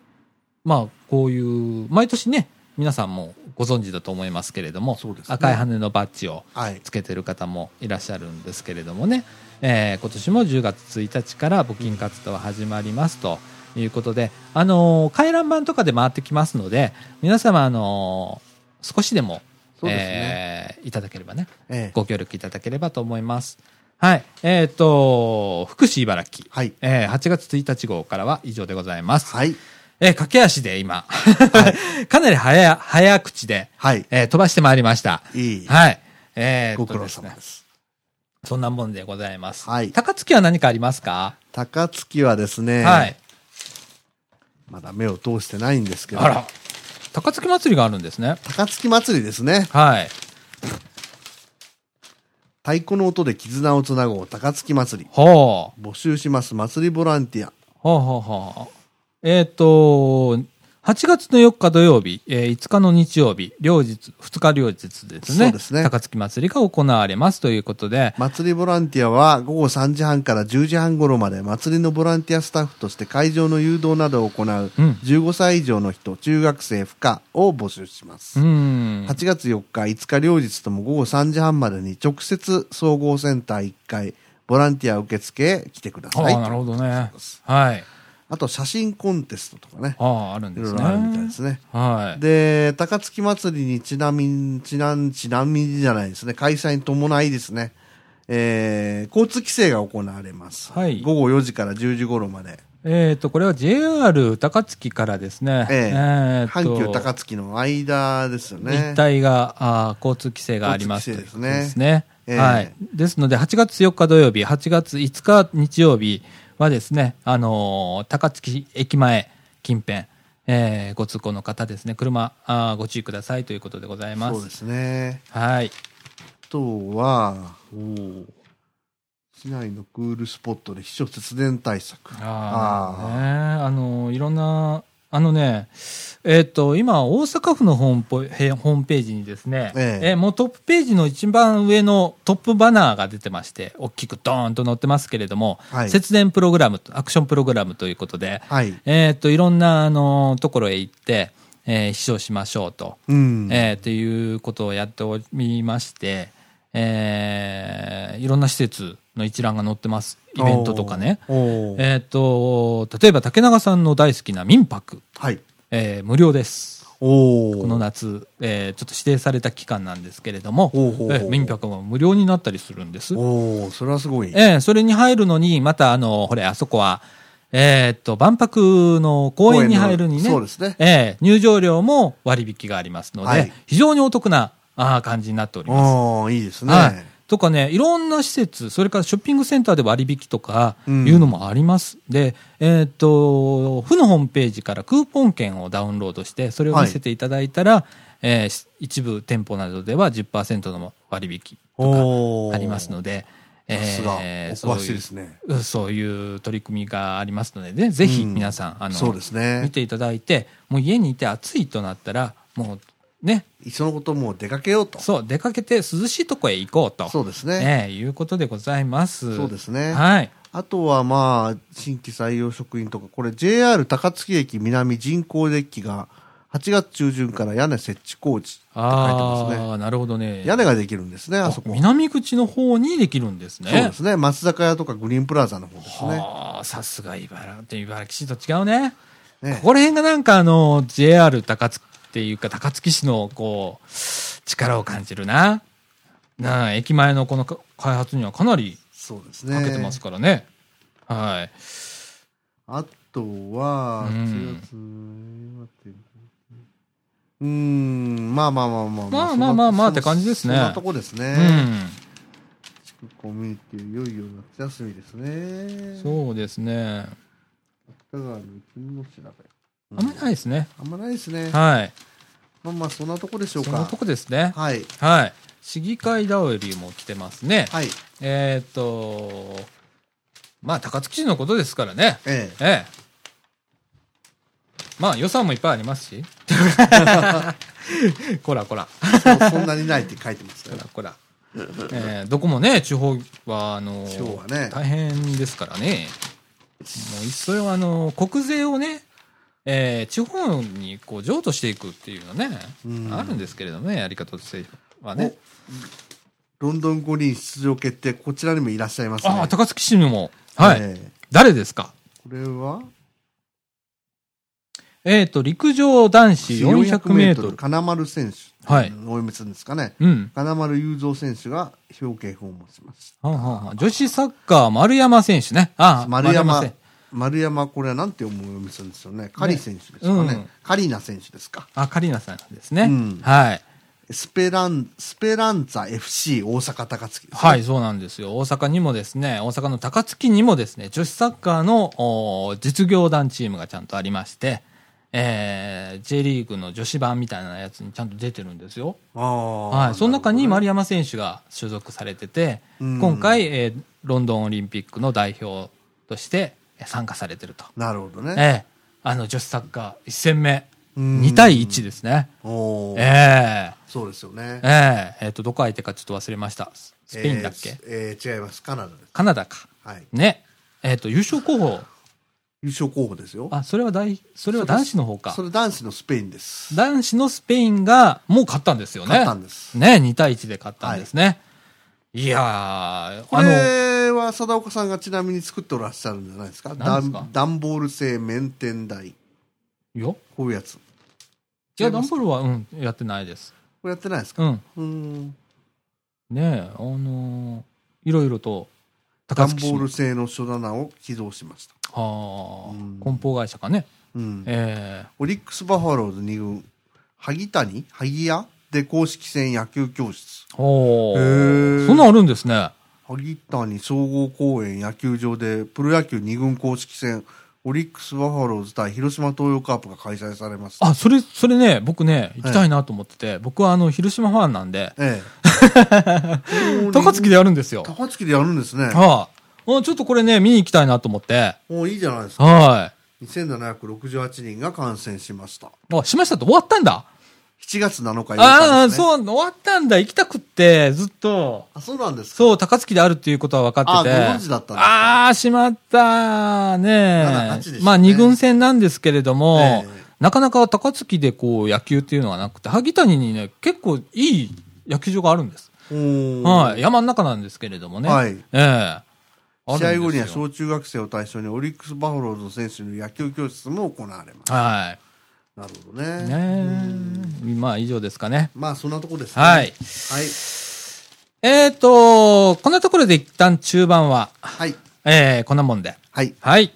Speaker 1: まあこういう毎年ね皆さんもご存知だと思いますけれども、
Speaker 2: そうですね
Speaker 1: 赤い羽のバッジを
Speaker 2: はい
Speaker 1: つけてる方もいらっしゃるんですけれどもね、えー今年も10月1日から募金活動は始まりますということで、あのー回覧板とかで回ってきますので皆様、あのー少しでも
Speaker 2: そうですね
Speaker 1: えーいただければね
Speaker 2: ええ
Speaker 1: ご協力いただければと思います。はい。えっ、と、福祉茨城。
Speaker 2: はい
Speaker 1: えー8月1日号からは以上でございます。
Speaker 2: はい
Speaker 1: えー駆け足で今、 かなり早、早口で、
Speaker 2: はい
Speaker 1: えー飛ばしてまいりました。
Speaker 2: いい
Speaker 1: はい。えー
Speaker 2: ご
Speaker 1: と
Speaker 2: 苦労
Speaker 1: すね
Speaker 2: 様です
Speaker 1: そんなもんでございます。
Speaker 2: はい
Speaker 1: 高槻は何かありますか、
Speaker 2: 高槻はですね、
Speaker 1: はい。
Speaker 2: まだ目を通してないんですけど
Speaker 1: あら。高槻祭りがあるんですね。
Speaker 2: 高槻祭りですね
Speaker 1: はい。
Speaker 2: 太鼓の音で絆をつなごう高槻祭り
Speaker 1: ほう。
Speaker 2: 募集します祭りボランティア
Speaker 1: ほうほうほう。えっ、と、8月の4日土曜日、えー5日の日曜日、両日、2日両日ですね。
Speaker 2: そうですね
Speaker 1: 高槻祭りが行われますということで、
Speaker 2: 祭りボランティアは午後3時半から10時半頃まで祭りのボランティアスタッフとして会場の誘導などを行う
Speaker 1: うん
Speaker 2: 15歳以上の人、中学生不可を募集します
Speaker 1: う。ん。
Speaker 2: 8月4日、5日両日とも午後3時半までに直接総合センター1階、ボランティア受付来てくだ
Speaker 1: あ
Speaker 2: さい。
Speaker 1: あ、なるほどね
Speaker 2: す。
Speaker 1: はい。
Speaker 2: あと写真コンテストとかね、
Speaker 1: ああ、あるん
Speaker 2: い
Speaker 1: で
Speaker 2: ろ
Speaker 1: す
Speaker 2: い
Speaker 1: ね。
Speaker 2: ろあるみたいですね。
Speaker 1: はい。
Speaker 2: で、高槻祭りにちなみに、ちなん、ちなみにじゃないですね、開催に伴いですね、えー、交通規制が行われます。
Speaker 1: はい
Speaker 2: 午後4時から10時頃まで、
Speaker 1: えっ、と、これは JR 高槻からですね。
Speaker 2: え
Speaker 1: え
Speaker 2: ー
Speaker 1: ーと
Speaker 2: 阪急高槻の間ですよね。
Speaker 1: 一帯が、あー交通規制がありますとい
Speaker 2: 交
Speaker 1: う
Speaker 2: 通
Speaker 1: こと
Speaker 2: 規
Speaker 1: で
Speaker 2: 制ですす
Speaker 1: ね
Speaker 2: ね。
Speaker 1: はい
Speaker 2: え。
Speaker 1: ですので、8月4日土曜日、8月5日日曜日はですね、あのー高槻駅前近辺、えーご通行の方ですね、車あーご注意くださいということでございま
Speaker 2: そう
Speaker 1: す。
Speaker 2: ですね。
Speaker 1: はい。
Speaker 2: あとは、おー市内のクールスポットで秘書節電対策。
Speaker 1: あ
Speaker 2: あ
Speaker 1: あ、ね、あのーいろんな、あのね、えっ、と、今、大阪府のホームポへホームページにですね、
Speaker 2: ええ
Speaker 1: えーもうトップページの一番上のトップバナーが出てまして、大きくドーンと載ってますけれども、
Speaker 2: はい
Speaker 1: 節電プログラム、アクションプログラムということで、
Speaker 2: はい。
Speaker 1: えっ、と、いろんな、あのーところへ行って、えー、視聴しましょうと。
Speaker 2: うん。
Speaker 1: えー、ということをやっておりまして、えーいろんな施設の一覧が載ってます。イベントとかね。
Speaker 2: おー。おー
Speaker 1: えっ、と、例えば竹永さんの大好きな民泊、
Speaker 2: はい。
Speaker 1: えー無料です。
Speaker 2: おー
Speaker 1: この夏、えーちょっと指定された期間なんですけれども、
Speaker 2: おうおうおう
Speaker 1: えー民泊も無料になったりするんです。
Speaker 2: おー、それはすごい。
Speaker 1: えーそれに入るのに、また、あの、ほれ、あそこは、えーっと、万博の公園に入るにね、
Speaker 2: 公園のそうですね
Speaker 1: えー入場料も割引がありますので、
Speaker 2: はい
Speaker 1: 非常にお得なあー感じになっております。
Speaker 2: ああ、いいですね。
Speaker 1: はい。とかね、いろんな施設、それからショッピングセンターで割引とかい
Speaker 2: うん
Speaker 1: うのもあります。で、えーっと、府のホームページからクーポン券をダウンロードして、それを見せていただいたら、えーし一部店舗などでは10%の割引とか
Speaker 2: おー
Speaker 1: ありますので、
Speaker 2: さすが、
Speaker 1: えー
Speaker 2: お詳しいですね。
Speaker 1: そういうそういう取り組みがありますので、ね、ぜひ
Speaker 2: うん
Speaker 1: 皆さん、あの
Speaker 2: そうですね
Speaker 1: 見ていただいて、もう家にいて暑いとなったら、もうね、
Speaker 2: いっそのこともう出かけようと。
Speaker 1: そう、出かけて涼しいとこへ行こうと、
Speaker 2: そうですね。
Speaker 1: ええいうことでございます。
Speaker 2: そうですね
Speaker 1: はい。
Speaker 2: あとはまあ、新規採用職員とか、これ JR 高槻駅南人工デッキが8月中旬から屋根設置工事って書いて
Speaker 1: あ
Speaker 2: ますね。
Speaker 1: あ、なるほどね。
Speaker 2: 屋根ができるんですね、あ
Speaker 1: あ
Speaker 2: そこ。
Speaker 1: 南口の方にできるんですね。
Speaker 2: そうですね。松坂屋とかグリーンプラザの方ですね。
Speaker 1: はあ、さすが茨城って茨城市と違うね。
Speaker 2: ね
Speaker 1: ここら辺がなんかあの、JR 高槻っていうか、高槻市のこう、力を感じるな。なあ、駅前のこのか開発にはかなり
Speaker 2: そうですね。
Speaker 1: かけてますからね。はい。
Speaker 2: あとは、
Speaker 1: うん
Speaker 2: 8月、待ってうーん、まあまあまあまあ。
Speaker 1: まあまあまあまあって感じですね
Speaker 2: そんなとこです
Speaker 1: う
Speaker 2: ね。
Speaker 1: ん。
Speaker 2: コミュニティ、いよいよ夏休みですね。う。
Speaker 1: そうですね。
Speaker 2: 芥川の君の調べ。
Speaker 1: あんまりないですね。
Speaker 2: あんまないですね。
Speaker 1: はい。
Speaker 2: まあまあ、そんなとこでしょう
Speaker 1: その
Speaker 2: か
Speaker 1: と。こですね。
Speaker 2: はい。
Speaker 1: はい。市議会だおりも来てますね。
Speaker 2: はい。
Speaker 1: えーっと、まあ、高槻市のことですからね。
Speaker 2: ええ。
Speaker 1: ええ。まあ、予算もいっぱいありますし。 こらこら。
Speaker 2: そうそんなにないって書いてます
Speaker 1: こ
Speaker 2: か らら。
Speaker 1: こら。えーどこもね、地方は、あのー
Speaker 2: 地方はね
Speaker 1: 大変ですからね。もう一層、あのー国税をね、えー地方にこう譲渡していくっていうのね、
Speaker 2: うん
Speaker 1: あるんですけれどもね、やり方としてはね。
Speaker 2: ロンドン五輪出場決定、こちらにもいらっしゃいますね。
Speaker 1: ああ、高槻市にも。はい。
Speaker 2: ええ
Speaker 1: 誰ですか
Speaker 2: これは
Speaker 1: えっ、と、陸上男子400メートル。
Speaker 2: 金丸選手。
Speaker 1: はい
Speaker 2: うんお読みするんですかね。
Speaker 1: うん。
Speaker 2: 金丸雄三選手が表敬訪問しまし
Speaker 1: はんはんはん女子サッカー、丸山選手ね。あ
Speaker 2: た。
Speaker 1: あ、
Speaker 2: 丸山
Speaker 1: 選手。、
Speaker 2: 丸山、これはなんて思う読みするんですよね。カリ選手です
Speaker 1: う
Speaker 2: か
Speaker 1: ん
Speaker 2: ね。カリーナ選手ですか。
Speaker 1: あ、カリナさんですね。
Speaker 2: うん
Speaker 1: はい。
Speaker 2: スペラン、スペランツァ FC 大阪高槻ですね。
Speaker 1: はい、そうなんですよ。大阪にもですね、大阪の高槻にもですね、女子サッカーのおー実業団チームがちゃんとありまして、えー、J リーグの女子版みたいなやつにちゃんと出てるんですよ。
Speaker 2: ああ。
Speaker 1: はい、その中に
Speaker 2: なる
Speaker 1: 丸山選手が所属されてて、
Speaker 2: うん
Speaker 1: 今回、えーロンドンオリンピックの代表としてえー参加されてると。
Speaker 2: ほど。なるほどね。
Speaker 1: ええあの女子サッカー1戦目、
Speaker 2: うん
Speaker 1: 2対1ですね。
Speaker 2: おー
Speaker 1: え
Speaker 2: そうですよね
Speaker 1: え。えええっと、どこ相手かちょっと忘れました。ススペインだっけ、
Speaker 2: えーえー違います。カナダです。
Speaker 1: カナダか。
Speaker 2: はい。
Speaker 1: ね。えっ、と、優勝候補。
Speaker 2: 優勝候補ですよ。
Speaker 1: あ、それは大、それは男子の方か
Speaker 2: そ。れ男子のスペインです。
Speaker 1: 男子のスペインがもう勝ったんですよね。
Speaker 2: 勝ったんです
Speaker 1: ね、2対1で勝ったんですね。い、やー、あ
Speaker 2: こ
Speaker 1: の、
Speaker 2: れは貞岡さんがちなみに作ってらっしゃるんじゃないですか
Speaker 1: 何ですか
Speaker 2: ダン段ボール製免天台
Speaker 1: いや、
Speaker 2: こういうやつこ
Speaker 1: いや、ダンボールは、うん、やってないです。
Speaker 2: れやってないですか
Speaker 1: うん。
Speaker 2: うーん
Speaker 1: ねえ、あのーいろいろと、
Speaker 2: ダ
Speaker 1: 高
Speaker 2: ン
Speaker 1: 槻市
Speaker 2: ボー
Speaker 1: の
Speaker 2: ル製の書棚を寄贈しました、
Speaker 1: はあ、
Speaker 2: うん
Speaker 1: 梱包会社かね。
Speaker 2: うん、
Speaker 1: え
Speaker 2: オリックス・バファローズ2軍萩谷萩谷で公式戦野球教室
Speaker 1: えお
Speaker 2: へ
Speaker 1: ー
Speaker 2: ー
Speaker 1: そんなんあるんですね。
Speaker 2: 萩谷総合公園野球場でプロ野球2軍公式戦オリックス・バファローズ対広島東洋カープが開催されます
Speaker 1: あ、それ、それね、僕ね、行きたいなと思ってて、僕はあの、広島ファンなんで、
Speaker 2: ええ
Speaker 1: 高槻でやるんですよ。
Speaker 2: 高槻でやるんですね
Speaker 1: はい、あ。ちょっとこれね、見に行きたいなと思って。
Speaker 2: もういいじゃないですか
Speaker 1: は
Speaker 2: 2768人が感染しました。
Speaker 1: い。あ、しましたって終わったんだ。
Speaker 2: 7月7日
Speaker 1: ああ、
Speaker 2: う。
Speaker 1: そう、終わったんだ。行きたくって、ずっと。
Speaker 2: あ、そうなんですか。
Speaker 1: そう、高槻であるっていうことは分かってて。
Speaker 2: あご存知だったんです
Speaker 1: ああ、しまった。ね
Speaker 2: 7 8
Speaker 1: え
Speaker 2: で。すね
Speaker 1: まあ、二軍戦なんですけれども、
Speaker 2: ええ
Speaker 1: なかなか高槻でこう、野球っていうのはなくて、萩谷にね、結構いい野球場があるんです。
Speaker 2: おー
Speaker 1: はい。山の中なんですけれどもね。
Speaker 2: はい
Speaker 1: ええあるんです
Speaker 2: 試
Speaker 1: よ
Speaker 2: 合後には小中学生を対象にオリックス・バファローズの選手の野球教室も行われます。
Speaker 1: はい。
Speaker 2: なるほどね。
Speaker 1: ねえ。まあ、以上ですかね。
Speaker 2: まあ、そんなとこですね。
Speaker 1: はい
Speaker 2: はい。
Speaker 1: えっ、と、こんなところで一旦中盤は、
Speaker 2: はい。
Speaker 1: えー、こんなもんで。
Speaker 2: はい。
Speaker 1: はい。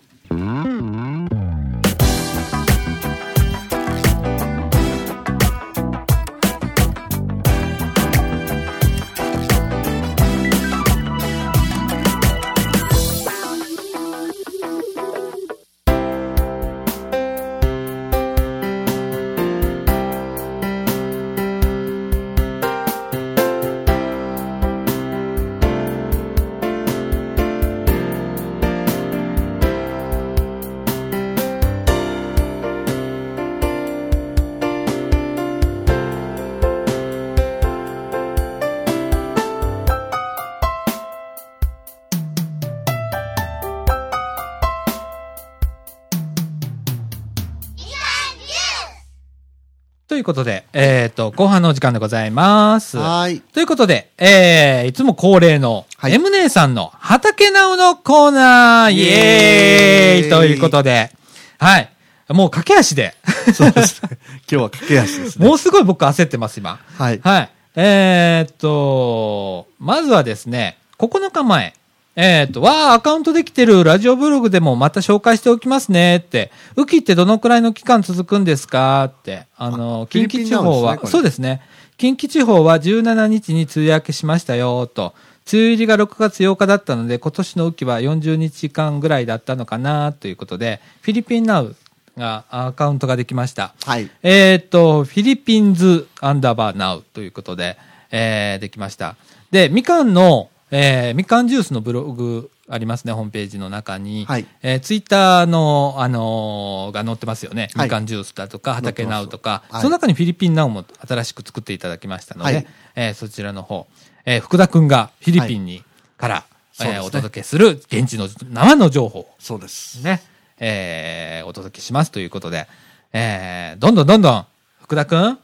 Speaker 1: ということで、えっ、と、後半のお時間でございます。
Speaker 2: はい。
Speaker 1: ということで、えー、いつも恒例の、
Speaker 2: はい
Speaker 1: M 姉さんの畑直のコーナー、イエーイ
Speaker 2: イエーイ
Speaker 1: ということで、はい。もう駆け足で、
Speaker 2: そうですね。今日は駆け足ですね。
Speaker 1: もうすごい僕焦ってます、今。
Speaker 2: はい。
Speaker 1: はい。えーっと、まずはですね、9日前、えっ、と、わあ、アカウントできてるラジオブログでもまた紹介しておきますねって、雨季ってどのくらいの期間続くんですかって、あの、
Speaker 2: あ
Speaker 1: 近畿地方は、
Speaker 2: フィリピンなんですねこれ
Speaker 1: そうですね。近畿地方は17日に梅雨明けしましたよ、と。梅雨入りが6月8日だったので、今年の雨季は40日間ぐらいだったのかな、ということで、フィリピンナウがアカウントができました。
Speaker 2: はい。
Speaker 1: えーっと、フィリピンズアンダーバーナウということで、えーできました。で、みかんの、えーみかんジュースのブログありますね、ホームページの中に。
Speaker 2: はい
Speaker 1: えーツイッターの、あのーが載ってますよね。
Speaker 2: はい
Speaker 1: みかんジュースだとか、畑ナウとか、
Speaker 2: はい
Speaker 1: その中にフィリピンナウも新しく作っていただきましたので、
Speaker 2: はい
Speaker 1: えーそちらの方、えー福田くんがフィリピンに、から、
Speaker 2: そう
Speaker 1: え
Speaker 2: です
Speaker 1: ー
Speaker 2: ね
Speaker 1: お届けする現地の生の情報を
Speaker 2: そうです。
Speaker 1: ね、えーお届けしますということで、えーどんどんどんどん、福田くん、フ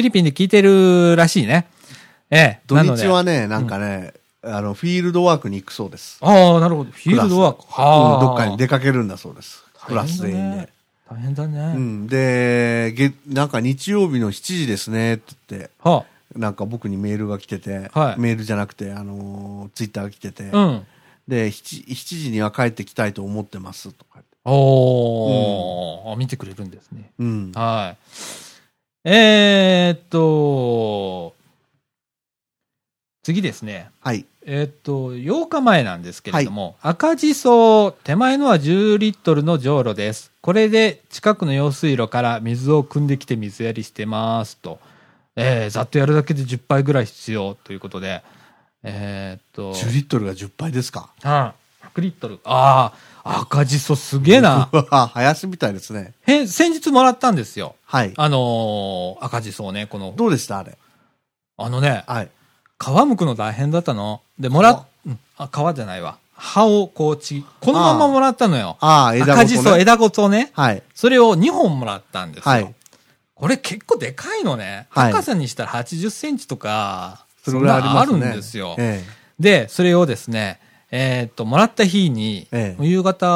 Speaker 1: ィリピンで聞いてるらしいね。えー
Speaker 2: 土日は
Speaker 1: ね、
Speaker 2: ね、なんかね、あの、フィールドワークに行くそうです。
Speaker 1: ああ、なるほど。フィールドワーク。
Speaker 2: クラス
Speaker 1: はあ、
Speaker 2: うんどっかに出かけるんだそうです。クラス全員で。
Speaker 1: 大変だね。大変だね。
Speaker 2: うん。で、げ、なんか日曜日の7時ですね、って言って、
Speaker 1: は
Speaker 2: なんか僕にメールが来てて、
Speaker 1: はい
Speaker 2: メールじゃなくて、あのーツイッターが来てて、
Speaker 1: あ、うん。
Speaker 2: で7、7時には帰ってきたいと思ってます、とか言って。
Speaker 1: おー、あ見てくれるんですね。
Speaker 2: うん。
Speaker 1: はい。えー、っと、次ですね。
Speaker 2: はい。
Speaker 1: えーっと、8日前なんですけれども、赤じそ、手前のは10リットルのじょうろです。これで近くの用水路から水を汲んできて水やりしてますと。えー、ざっとやるだけで10杯ぐらい必要ということで、えーっと、
Speaker 2: 10リットルが10杯ですか。
Speaker 1: はい100リットル。ああ、赤じそすげえ な。
Speaker 2: うわ林みたいですね。
Speaker 1: へ、先日もらったんですよ。
Speaker 2: はい。
Speaker 1: あのー赤じそをね、この、
Speaker 2: どうでしたあれ。
Speaker 1: あのね、
Speaker 2: はい。
Speaker 1: 皮むくの大変だったの。で、もら、うんあ、皮じゃないわ。葉をこうちぎ、このままもらったのよ。
Speaker 2: ああ、枝ごと、ね。
Speaker 1: 赤じそ、枝ごとね。
Speaker 2: はい。
Speaker 1: それを2本もらったんですよ。
Speaker 2: はい
Speaker 1: これ結構でかいのね。
Speaker 2: はい
Speaker 1: 高さにしたら80センチとか、
Speaker 2: それぐらいあります
Speaker 1: そ
Speaker 2: ね。
Speaker 1: んなあるんですよ。
Speaker 2: え
Speaker 1: で、それをですね、えーっと、もらった日に、
Speaker 2: ええ
Speaker 1: 夕方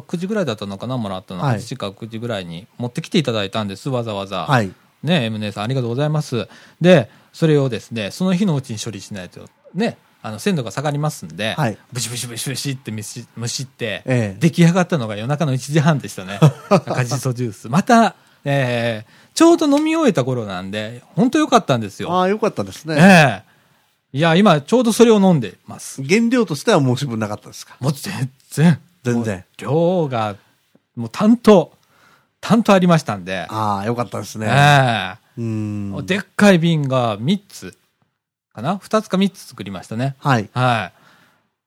Speaker 1: 9時ぐらいだったのかな、もらったの。
Speaker 2: は
Speaker 1: 8
Speaker 2: い
Speaker 1: 時か9時ぐらいに持ってきていただいたんです、わざわざ。
Speaker 2: え。はい。
Speaker 1: ね、M 姉さんありがとうございます。で、それをですね、その日のうちに処理しないと、ね、あの鮮度が下がりますんで、
Speaker 2: はい
Speaker 1: ブシブシブシブシってむしむしって、
Speaker 2: ええ
Speaker 1: 出来上がったのが夜中の1時半でした ね。赤じそジュース。また、えーちょうど飲み終えた頃なんで、本当良かったんです
Speaker 2: あ
Speaker 1: よ。
Speaker 2: あ、よかったですね。
Speaker 1: ええいや、今ちょうどそれを飲んでます。
Speaker 2: 原料としては申し分なかったですか。
Speaker 1: もう全然。
Speaker 2: 全然
Speaker 1: もう量が、もう担当、担当ありましたんで。
Speaker 2: ああ、よかったです
Speaker 1: え
Speaker 2: ね。
Speaker 1: え
Speaker 2: うーん。
Speaker 1: でっかい瓶が3つかな ?2 つか3つ作りましたね。
Speaker 2: はい。
Speaker 1: は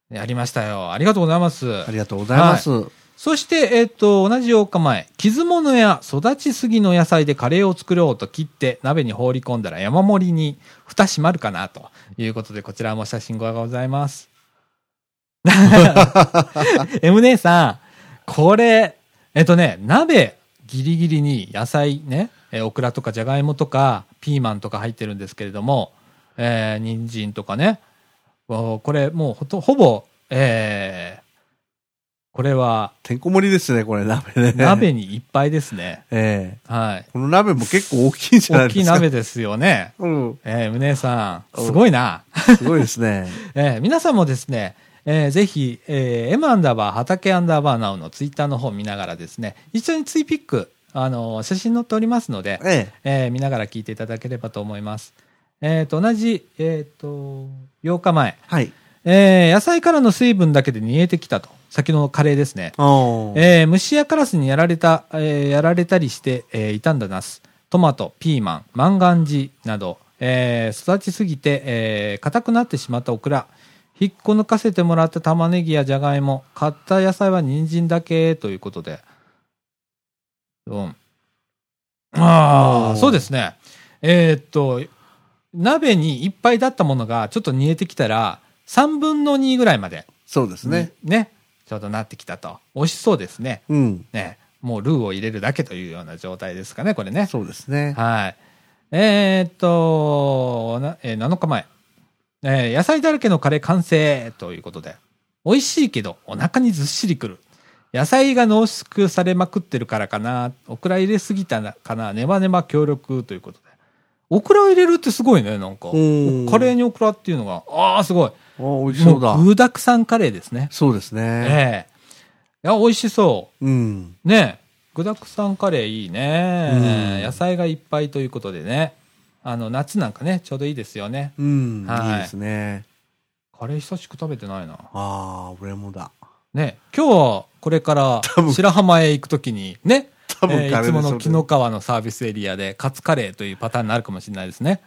Speaker 1: い。やりましたよ。ありがとうございます。
Speaker 2: ありがとうございます。
Speaker 1: そして、えっ、と、同じ8日前、傷物や育ちすぎの野菜でカレーを作ろうと切って、鍋に放り込んだら山盛りに蓋閉まるかな、ということで、こちらも写真がございます。M 姉さん、これ、えっとね、鍋、ギリギリに野菜ね、えーオクラとかじゃがいもとか、ピーマンとか入ってるんですけれども、えー、人参とかね、おこれもうほとほぼ、えー、これは
Speaker 2: てんこ盛りですね、これ、鍋ね。
Speaker 1: 鍋にいっぱいですね。
Speaker 2: ええ
Speaker 1: はい。
Speaker 2: この鍋も結構大きいんじゃない
Speaker 1: 大
Speaker 2: で
Speaker 1: きい
Speaker 2: すか。
Speaker 1: 鍋ですよね。
Speaker 2: うん。
Speaker 1: えー、胸さん、すごいな。
Speaker 2: すごいですね。
Speaker 1: えー皆さんもですね、えーぜひ、えー M アンダーバー、畑アンダーバーナウのツイッターの方を見ながらですね、一緒にツイピック、あのー写真載っておりますので、
Speaker 2: え
Speaker 1: えー見ながら聞いていただければと思います。えっ、と、同じ、えっ、と、8日前
Speaker 2: え、はい。
Speaker 1: えー野菜からの水分だけで煮えてきたと。先のカレーですね。
Speaker 2: おー
Speaker 1: えー虫やカラスにやられた、えーやられたりして、えー傷んだナス、トマト、ピーマン、万願寺など、えー育ちすぎて、えー硬くなってしまったオクラ、引っこ抜かせてもらった玉ねぎやじゃがいも、買った野菜は人参だけということで。うん。あ
Speaker 2: お
Speaker 1: あ、
Speaker 2: ー
Speaker 1: そうですね。えーっと、鍋にいっぱいだったものがちょっと煮えてきたら、3分の2ぐらいまで。
Speaker 2: そうですね。
Speaker 1: ね。ちょうどなってきたと。美味しそうですね。
Speaker 2: うん。
Speaker 1: ね。もうルーを入れるだけというような状態ですかね、これね。
Speaker 2: そうですね。
Speaker 1: はい。えーっと、なえー7日前。えー野菜だらけのカレー完成ということで。美味しいけど、お腹にずっしりくる。野菜が濃縮されまくってるからかな。オクラ入れすぎたなかな。ネバネバ協力ということで。オクラを入れるってすごいね、なんか。カ
Speaker 2: ん
Speaker 1: レーにオクラっていうのが、ああ、すごい。
Speaker 2: あー美味しそうだ
Speaker 1: も。具沢山カレーですね。
Speaker 2: そうです
Speaker 1: え
Speaker 2: ね。
Speaker 1: えいや、美味しそ
Speaker 2: うん。
Speaker 1: う。ねえ具沢山カレーいいね
Speaker 2: う。ん
Speaker 1: 野菜がいっぱいということでね。あの、夏なんかね、ちょうどいいですよね。
Speaker 2: うん。
Speaker 1: はい
Speaker 2: いいですね。
Speaker 1: カレー久しく食べてないな。
Speaker 2: ああ、俺もだ。
Speaker 1: ねえ今日はこれから
Speaker 2: 分
Speaker 1: 白浜へ行くときに、ね。
Speaker 2: 多分
Speaker 1: え
Speaker 2: カ
Speaker 1: ーい
Speaker 2: レ
Speaker 1: つ
Speaker 2: ーで
Speaker 1: も
Speaker 2: そ
Speaker 1: の
Speaker 2: れ
Speaker 1: 紀の川のサービスエリアで、カツカレーというパターンになるかもしれないですね。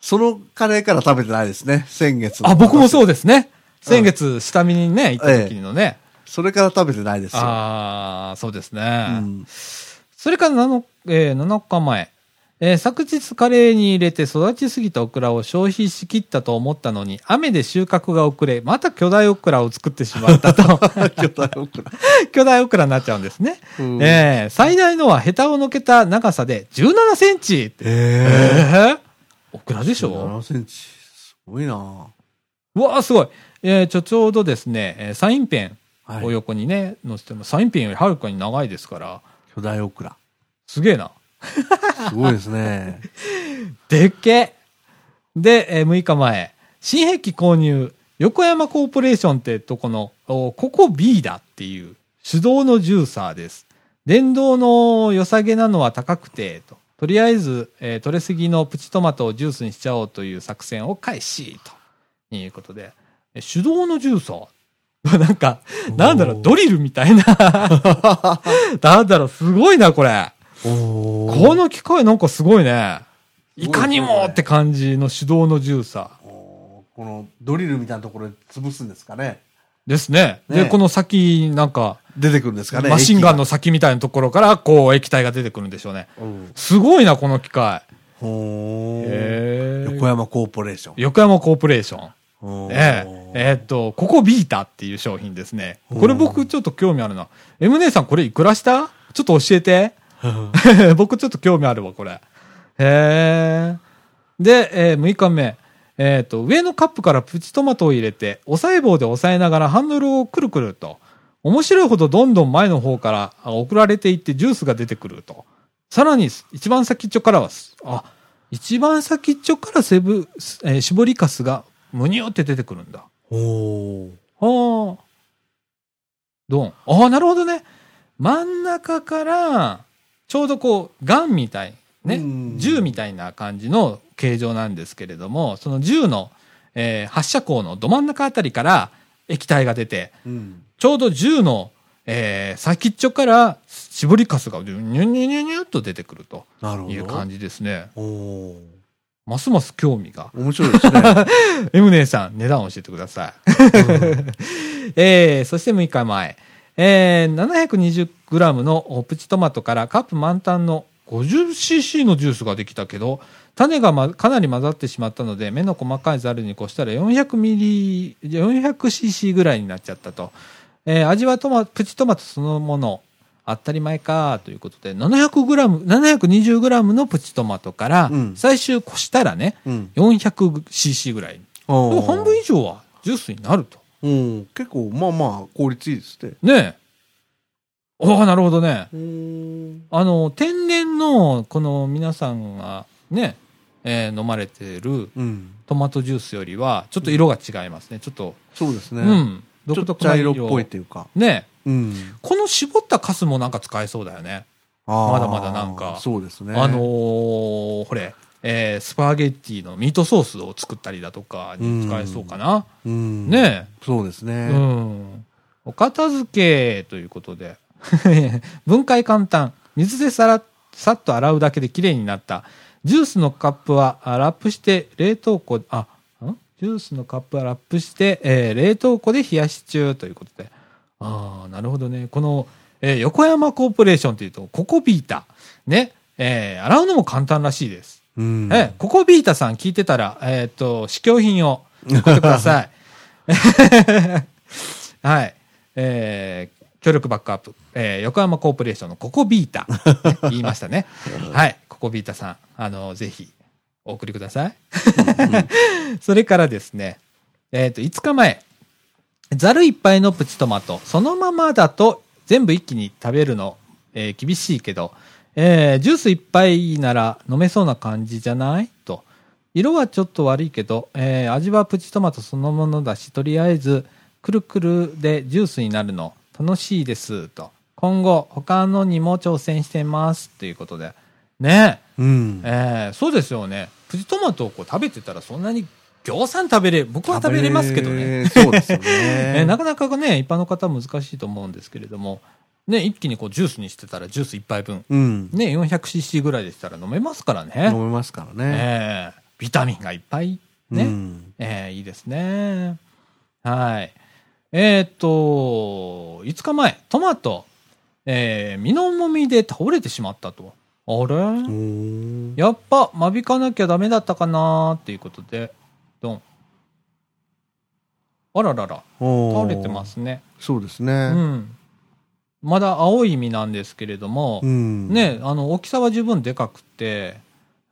Speaker 2: そのカレーから食べてないですね。先月の。
Speaker 1: あ、僕もそううですね。先月、下見にね、行った時のね。
Speaker 2: それから食べてないですよ。
Speaker 1: ああ、そうですね。
Speaker 2: うん。
Speaker 1: それから 7,、えー7日前、えー昨日カレーに入れて育ちすぎたオクラを消費しきったと思ったのに、雨で収穫が遅れ、また巨大オクラを作ってしまったと、
Speaker 2: 巨大オクラ。
Speaker 1: 巨大オクラになっちゃうんですね。
Speaker 2: う ん
Speaker 1: えー最大のはヘタをのけた長さで17センチって。
Speaker 2: ええ。
Speaker 1: えーオクラでしょ
Speaker 2: ?7 センチ。すごいな
Speaker 1: うわあ、すごい。えーちょ、ちょうどですね、えーサインペン
Speaker 2: はい
Speaker 1: を横にね、載せても、サインペンよりはるかに長いですから、
Speaker 2: 巨大オクラ。
Speaker 1: すげえな。
Speaker 2: すごいです ね。
Speaker 1: でっけで、えー6日前、新兵器購入、横山コーポレーションってとこの、おここ B だっていう、手動のジューサーです。電動の良さげなのは高くて、と。とりあえず、えー取れすぎのプチトマトをジュースにしちゃおうという作戦を開始、ということで。え手動のジューサー なんか、なんだろ
Speaker 2: お
Speaker 1: う、
Speaker 2: ー
Speaker 1: ドリルみたい な。なんだろう、すごいな、これ。
Speaker 2: おー
Speaker 1: この機械なんかすごいね。
Speaker 2: すごいですね
Speaker 1: いかにもって感じの手動のジューサー
Speaker 2: おーこのドリルみたいなところで潰すんですかね。
Speaker 1: ですね。
Speaker 2: ね
Speaker 1: で、この先、なんか、
Speaker 2: 出てくるんですかね。
Speaker 1: マシンガン
Speaker 2: の。
Speaker 1: の先みたいなところから、こう、液体が出てくるんでしょうね。
Speaker 2: うん
Speaker 1: すごいな、この機械。
Speaker 2: ほー
Speaker 1: へ
Speaker 2: 横
Speaker 1: ー
Speaker 2: 山コーポレーション。
Speaker 1: 横山コーポレーション。
Speaker 2: ほー
Speaker 1: えええーっと、ここビータっていう商品ですね。これ僕ちょっと興味あるな。M 姉さんこれいくらしたちょっと教えて。僕ちょっと興味あるわ、これ。へえ。で、えー6日目。えーっと、上のカップからプチトマトを入れて、押さえ棒で押さえながらハンドルをくるくると。面白いほどどんどん前の方からあ送られていってジュースが出てくると。さらに、一番先っちょからはす、あ、一番先っちょからセブ、えー絞りかすが、むにゅーって出てくるんだ。
Speaker 2: ほー
Speaker 1: ああ。ドン。ああ、なるほどね。真ん中から、ちょうどこう、ガンみたい、ね
Speaker 2: うん、
Speaker 1: 銃みたいな感じの形状なんですけれども、その銃の、えー発射口のど真ん中あたりから液体が出て、
Speaker 2: うん。
Speaker 1: ちょうど銃の、えー先っちょから絞りかすがニュニュニュニュニュっと出てくると
Speaker 2: なるほど。
Speaker 1: いう感じですね。
Speaker 2: おおー
Speaker 1: ますます興味が。
Speaker 2: 面白いですね。
Speaker 1: M 姉さん、値段を教えてください。 えー、そして6日前、えー、720g のプチトマトからカップ満タンの 50cc のジュースができたけど、種が、ま、かなり混ざってしまったので、目の細かいザルに越したら 400ml、400cc ぐらいになっちゃったと。えー味はトマプチトマトそのもの、当たり前か、ということで、700g、720g のプチトマトから
Speaker 2: うん、
Speaker 1: 最終越したらね、
Speaker 2: うん。
Speaker 1: 400cc ぐらい。
Speaker 2: お
Speaker 1: でも
Speaker 2: ー
Speaker 1: 半分以上はジュースになると。
Speaker 2: うん。結構、まあまあ、効率いいですね。
Speaker 1: ねえ。ああ、なるほどね。
Speaker 2: うん。
Speaker 1: あの、天然の、この皆さんがね、えー飲まれてる
Speaker 2: うん。
Speaker 1: トマトジュースよりは、ちょっと色が違いますね。ちょっと、
Speaker 2: そうですね。
Speaker 1: う。ん。
Speaker 2: ちょっと
Speaker 1: 独特
Speaker 2: 茶
Speaker 1: な
Speaker 2: 色っぽいというか。
Speaker 1: ねえ。
Speaker 2: うん。
Speaker 1: この絞ったカスもなんか使えそうだよね。
Speaker 2: あー
Speaker 1: まだまだなんか
Speaker 2: そうですね。
Speaker 1: あのーほれ、えースパゲッティのミートソースを作ったりだとかに使えそうかな。
Speaker 2: うん。
Speaker 1: ねえ。
Speaker 2: そうですね。
Speaker 1: うん。お片付けということで。 分解簡単。水でさら、さっと洗うだけで綺麗になった。ジュースのカップはあラップして冷凍庫、あ、んジュースのカップはラップして、えー冷凍庫で冷やし中ということで。ああ、なるほどね。この、えー横山コーポレーションというと、ココビータ。ね。えー洗うのも簡単らしいです。
Speaker 2: うん。
Speaker 1: ええ、ココビータさん聞いてたら、えーっと、試供品を送ってください。 はい。えー協力バックアップ、えー横浜コーポレーションのココビータ、ね言いました ね。はい。ココビータさん、あの、ぜひ、お送りください。 それからですね、えーっと、5日前、ざるいっぱいのプチトマト。そのままだと全部一気に食べるの、えー厳しいけど、えージュースいっぱいなら飲めそうな感じじゃないと。色はちょっと悪いけど、えー味はプチトマトそのものだし、とりあえず、くるくるでジュースになるの、楽しいです、と。今後、他のにも挑戦してます、ということで。ね
Speaker 2: うん
Speaker 1: え、え。ーそうですよね。プチトマトをこう食べてたらそんなに行さん食べれ、僕は食べれますけどね。
Speaker 2: 食べれ。そうですよ
Speaker 1: えー
Speaker 2: ね。
Speaker 1: なかなかね、一般の方は難しいと思うんですけれども、ね、一気にこうジュースにしてたらジュース一杯分、
Speaker 2: うん。
Speaker 1: ね、400cc ぐらいでしたら飲めますから
Speaker 2: 飲
Speaker 1: ね。
Speaker 2: めますからね。
Speaker 1: えービタミンがいっぱい、ね。
Speaker 2: うん
Speaker 1: えーいいですね。はい。えーっと、5日前、トマト、えー身の重みで倒れてしまったと。あれ、
Speaker 2: おー
Speaker 1: やっぱ間引かなきゃダメだったかなーっていうことで、ドン。あららら、
Speaker 2: お
Speaker 1: 倒れ
Speaker 2: ー
Speaker 1: てますね。
Speaker 2: そうです
Speaker 1: う
Speaker 2: ね。
Speaker 1: ん。まだ青い実なんですけれども
Speaker 2: う、ん。
Speaker 1: ね、あの、大きさは十分でかくて、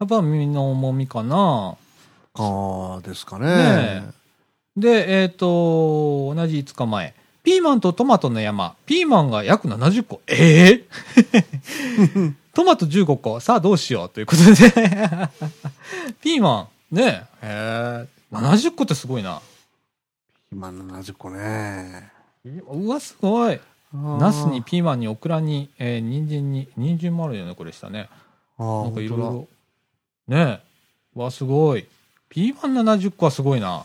Speaker 1: やっぱ身の重みかな。
Speaker 2: かですか
Speaker 1: ね
Speaker 2: ね。
Speaker 1: で、えっ、と、同じ5日前。ピーマンとトマトの山。ピーマンが約70個。ええ トマト15個。さあどうしようということで。 ピーマン。ねえ。え70個ってすごいな。
Speaker 2: 今70個ね。
Speaker 1: うわ、すごい。ナスにピーマンにオクラに、えー、人参に、人参もあるよね、これしたね。
Speaker 2: あ
Speaker 1: な
Speaker 2: ー、
Speaker 1: んかいろい
Speaker 2: 本
Speaker 1: ろ。ねえ。わ、すごい。ピーマン70個はすごいな。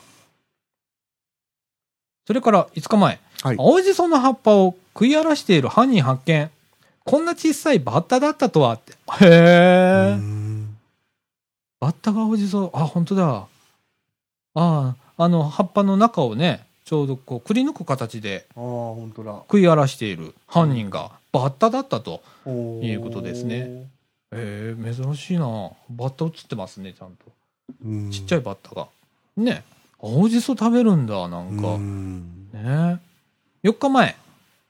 Speaker 1: それから5日前。
Speaker 2: 当だはい。
Speaker 1: 青じその葉っぱを食い荒らしている犯人発見。こんな小さいバッタだったとはって。へえ、
Speaker 2: うん
Speaker 1: バッタが青じそ。あ、本当だ。ああ、あの、葉っぱの中をね、ちょうどこう、くり抜く形で
Speaker 2: ああ、本当だ。
Speaker 1: 食い荒らしている犯人がバッタだったと。
Speaker 2: おー
Speaker 1: いうことですね。へえ珍しいな。バッタ映ってますね、ちゃんと。ちっちゃ
Speaker 2: い
Speaker 1: いバッタが。ね。青じそ食べるんだ、なんか。ねえ。4日前。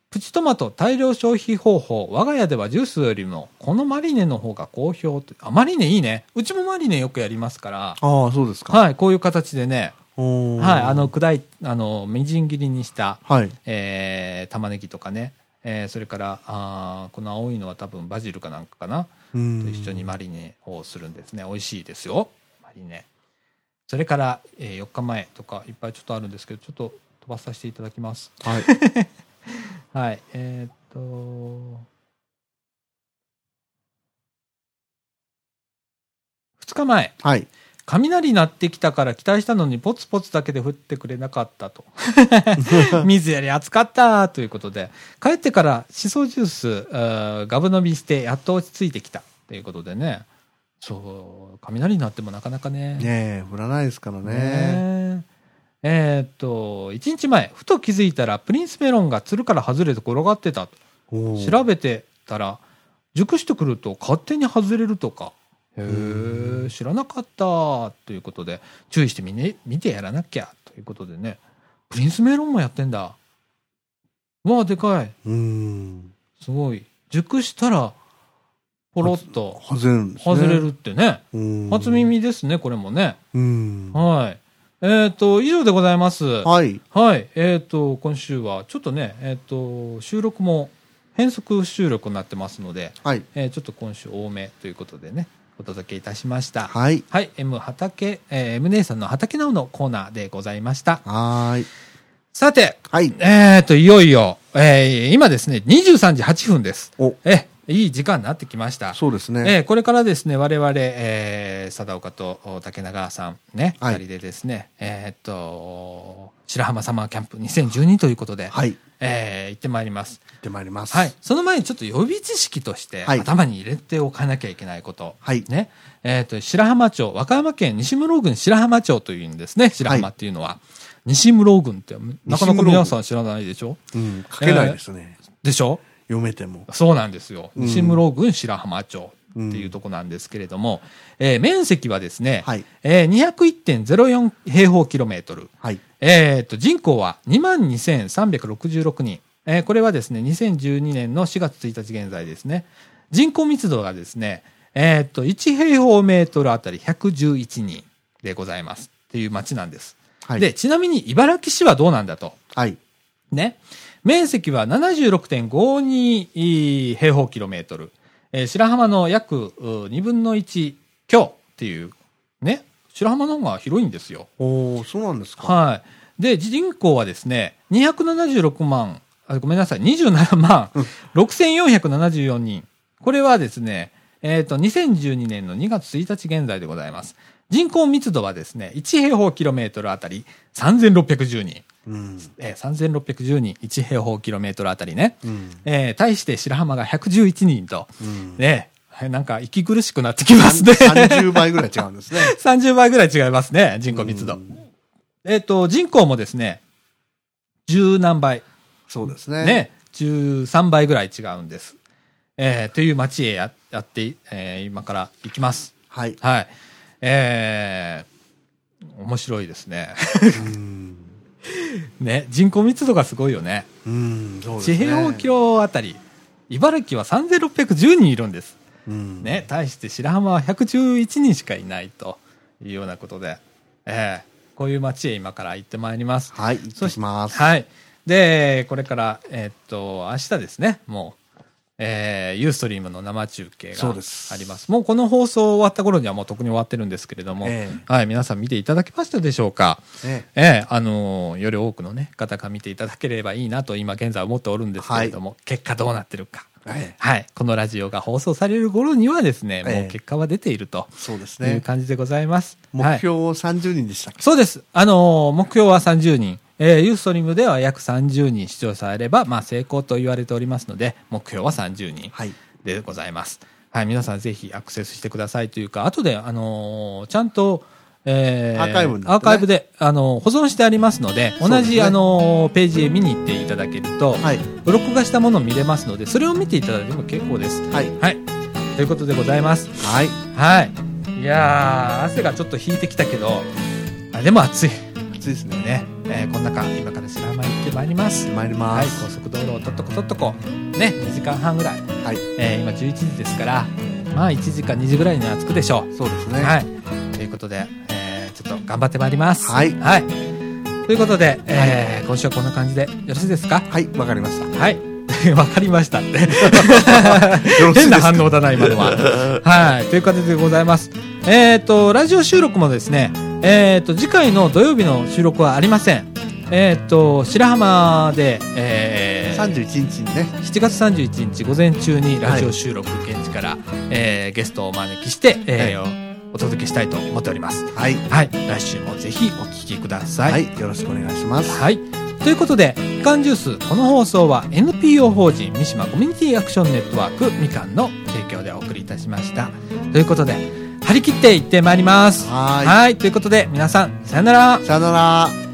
Speaker 1: プチトマト大量消費方法。我が家ではジュースよりも、このマリネの方が好評と。あ、マリネいいね。うちもマリネよくやりますから。
Speaker 2: ああ、そうですか。
Speaker 1: はい、こういう形でね。
Speaker 2: おー
Speaker 1: はい、あの、、砕い、あの、みじん切りにした、
Speaker 2: はい。
Speaker 1: えー、玉ねぎとかね。えー、それから、あーこの青いのは多分バジルかなんかかな。
Speaker 2: と
Speaker 1: と一緒にマリネをするんですね。美味しいですよ。マリネ。それから、えー4日前とかいっぱいちょっとあるんですけど、ちょっと飛ばさせていただきます。
Speaker 2: はい。
Speaker 1: はい。えーっと、2日前、
Speaker 2: はい。
Speaker 1: 雷鳴ってきたから期待したのにポツポツだけで降ってくれなかったと。 水やり暑かったということで、帰ってからシソジュースうー、ガブ飲みしてやっと落ち着いてきたということでね。そう、雷鳴ってもなかなかね。
Speaker 2: ねえ、振らないですからね。
Speaker 1: ねえーっと、1日前、ふと気づいたらプリンスメロンがつるから外れて転がってたと。
Speaker 2: おー
Speaker 1: 調べてたら、熟してくると勝手に外れるとか。へ
Speaker 2: う
Speaker 1: え、知らなかったということで、注意してみね、見てやらなきゃということでね。プリンスメロンもやってんだ。うわあ、でかい。
Speaker 2: うん。
Speaker 1: すごい。熟したら、ポロッと
Speaker 2: 外れるんですね。
Speaker 1: 外れるってね。
Speaker 2: うん。
Speaker 1: 初耳ですね、これもね。
Speaker 2: うん。
Speaker 1: はい。えーっ、と、以上でございます。
Speaker 2: はい。
Speaker 1: はい、えっ、と、今週は、ちょっとね、えっ、と、収録も変則収録になってますので、
Speaker 2: はい。
Speaker 1: えーちょっと今週多めということでね、お届けいたしました。はい、
Speaker 2: はい。
Speaker 1: M 畑、えー M 姉さんの畑なおのコーナーでございました。
Speaker 2: はーい。
Speaker 1: さて、
Speaker 2: はい。
Speaker 1: えっ、と、いよいよ、えー今ですね、23時8分です。
Speaker 2: お、
Speaker 1: え、いい時間になってきました。
Speaker 2: そうですね。
Speaker 1: えーこれからですね、我々、えー、貞岡とお竹永さんね、二、
Speaker 2: はい
Speaker 1: 人でですね、えーっと、白浜サマーキャンプ2012ということで、
Speaker 2: はい。行
Speaker 1: えー行ってまいります。
Speaker 2: ってまいります。
Speaker 1: はい。。その前にちょっと予備知識として、
Speaker 2: はい
Speaker 1: 頭に入れておかなきゃいけないこと。
Speaker 2: はい
Speaker 1: ね。えーっと、白浜町、和歌山県西室郡白浜町というんですね、白浜っていうのは。西室郡って、なかなか皆さん知らないでしょ
Speaker 2: うん。書けないですね。
Speaker 1: でしょ
Speaker 2: 読めても。
Speaker 1: そうなんですよ。
Speaker 2: うん
Speaker 1: 西室郡白浜町っていうとこなんですけれども、えー面積はですね、
Speaker 2: はい。
Speaker 1: えー201.04平方キロメートル。
Speaker 2: はい。
Speaker 1: えーと、人口は22,366人。えーこれはですね、2012年の4月1日現在ですね。人口密度がですね、えーと、1平方メートルあたり111人でございます。っていう町なんです。
Speaker 2: はい。
Speaker 1: で、、ちなみに茨城市はどうなんだと。
Speaker 2: はい。
Speaker 1: ね。面積は76.52平方キロメートル。えー白浜の約う2分の1強っていうね、白浜の方が広いんですよ。
Speaker 2: おお、そうなんですか。
Speaker 1: はい。で、人口はですね、276万、あごめんなさい、27万6474人。これはですね、えっ、と、2012年の2月1日現在でございます。人口密度はですね、1平方キロメートルあたり3610人。
Speaker 2: うん。
Speaker 1: えー、3610人、1平方キロメートルあたりね。
Speaker 2: うん。
Speaker 1: えー対して白浜が111人と、
Speaker 2: うん。
Speaker 1: ね、はいなんか息苦しくなってきますね。
Speaker 2: 30倍ぐらい違うんですね。
Speaker 1: 30倍ぐらい違いますね、人口密
Speaker 2: う
Speaker 1: 度
Speaker 2: ん。
Speaker 1: えっ、と、人口もですね、十何倍、
Speaker 2: そうですね。
Speaker 1: ね、13倍ぐらい違うんです。えーという町へややって、えー今から行きます。
Speaker 2: はい。
Speaker 1: はい。えー面白いですね。
Speaker 2: うん。
Speaker 1: ね、人口密度がすごいよね。
Speaker 2: うん、そうです
Speaker 1: 地
Speaker 2: ね。
Speaker 1: 平方キロあたり、茨城は3610人いるんです。
Speaker 2: うん。
Speaker 1: ね、対して白浜は111人しかいないというようなことで、えーこういう町へ今から行ってまいります。
Speaker 2: はい、行ってきます。
Speaker 1: はい。で、これから、えーっと、明日ですね、もう、えーユーストリームの生中継が
Speaker 2: そ
Speaker 1: あ
Speaker 2: う
Speaker 1: り
Speaker 2: で
Speaker 1: ます。
Speaker 2: す
Speaker 1: もうこの放送終わった頃にはもう特に終わってるんですけれども、
Speaker 2: え
Speaker 1: はい、皆さん見ていただけましたでしょうか
Speaker 2: ね
Speaker 1: ええあのーより多くの、ね、方が見ていただければいいなと今現在思っておるんですけれども、結果どうなってるか、
Speaker 2: ええ
Speaker 1: はい、このラジオが放送される頃にはですね、
Speaker 2: ええ
Speaker 1: もう結果は出ていると
Speaker 2: そうです
Speaker 1: いう
Speaker 2: ね。
Speaker 1: 感じでございます。
Speaker 2: 目
Speaker 1: はい
Speaker 2: 標30人でしたっけ、
Speaker 1: そうです。あのー目標は30人。えーユーストリームでは約30人視聴者あれば、まあ成功と言われておりますので、目標は30人
Speaker 2: はい、
Speaker 1: でございます。はい、皆さんぜひアクセスしてくださいというか、後で、あのーちゃんと、え
Speaker 2: アーカイブになってね
Speaker 1: アーカイブで、あのー保存してありますので、同
Speaker 2: そうです
Speaker 1: じ、
Speaker 2: ね
Speaker 1: あのーページへ見に行っていただけると、
Speaker 2: はい。
Speaker 1: 録画したものを見れますので、それを見ていただいても結構です。
Speaker 2: はい。
Speaker 1: はい。ということでございます。
Speaker 2: はい。
Speaker 1: はい。いやー、汗がちょっと引いてきたけど、あでも暑い。
Speaker 2: 暑いですね。
Speaker 1: ね。えーこんなか、今から白浜行ってまいります。
Speaker 2: 参りま
Speaker 1: はい、
Speaker 2: す。
Speaker 1: 高速道路をとっとこ、とっとこ。ね、2時間半ぐらい。
Speaker 2: はい。
Speaker 1: えー今11時ですから、まあ1時か2時ぐらいには着くでしょ
Speaker 2: そうです
Speaker 1: う。
Speaker 2: ね。
Speaker 1: はい。ということで、えーちょっと頑張ってまいります。
Speaker 2: はい
Speaker 1: はい。ということで、えー今週はこんな感じでよろしいですか
Speaker 2: はい、わかりました。
Speaker 1: はい。 わかりましたって。
Speaker 2: よろしい
Speaker 1: 変
Speaker 2: です
Speaker 1: な
Speaker 2: か
Speaker 1: 反応だな、今の は。はい。という感じでございます。えっ、と、ラジオ収録もですね、えっ、と、次回の土曜日の収録はありません。えっ、と、白浜で、えー、
Speaker 2: 31日にね、
Speaker 1: 7月31日午前中にラジオ収録、現地から、えーゲストをお招きして、えーおお届けしたいと思っております。
Speaker 2: はい。
Speaker 1: はい。来週もぜひお聞きください。
Speaker 2: はい、よろしくお願いします。
Speaker 1: はい。ということで、みかんジュース、この放送は NPO 法人三島コミュニティアクションネットワークみかんの提供でお送りいたしました。ということで、張り切っていってまいります。
Speaker 2: はーい
Speaker 1: はい。ということで、皆さん、さよなら。
Speaker 2: さよなら。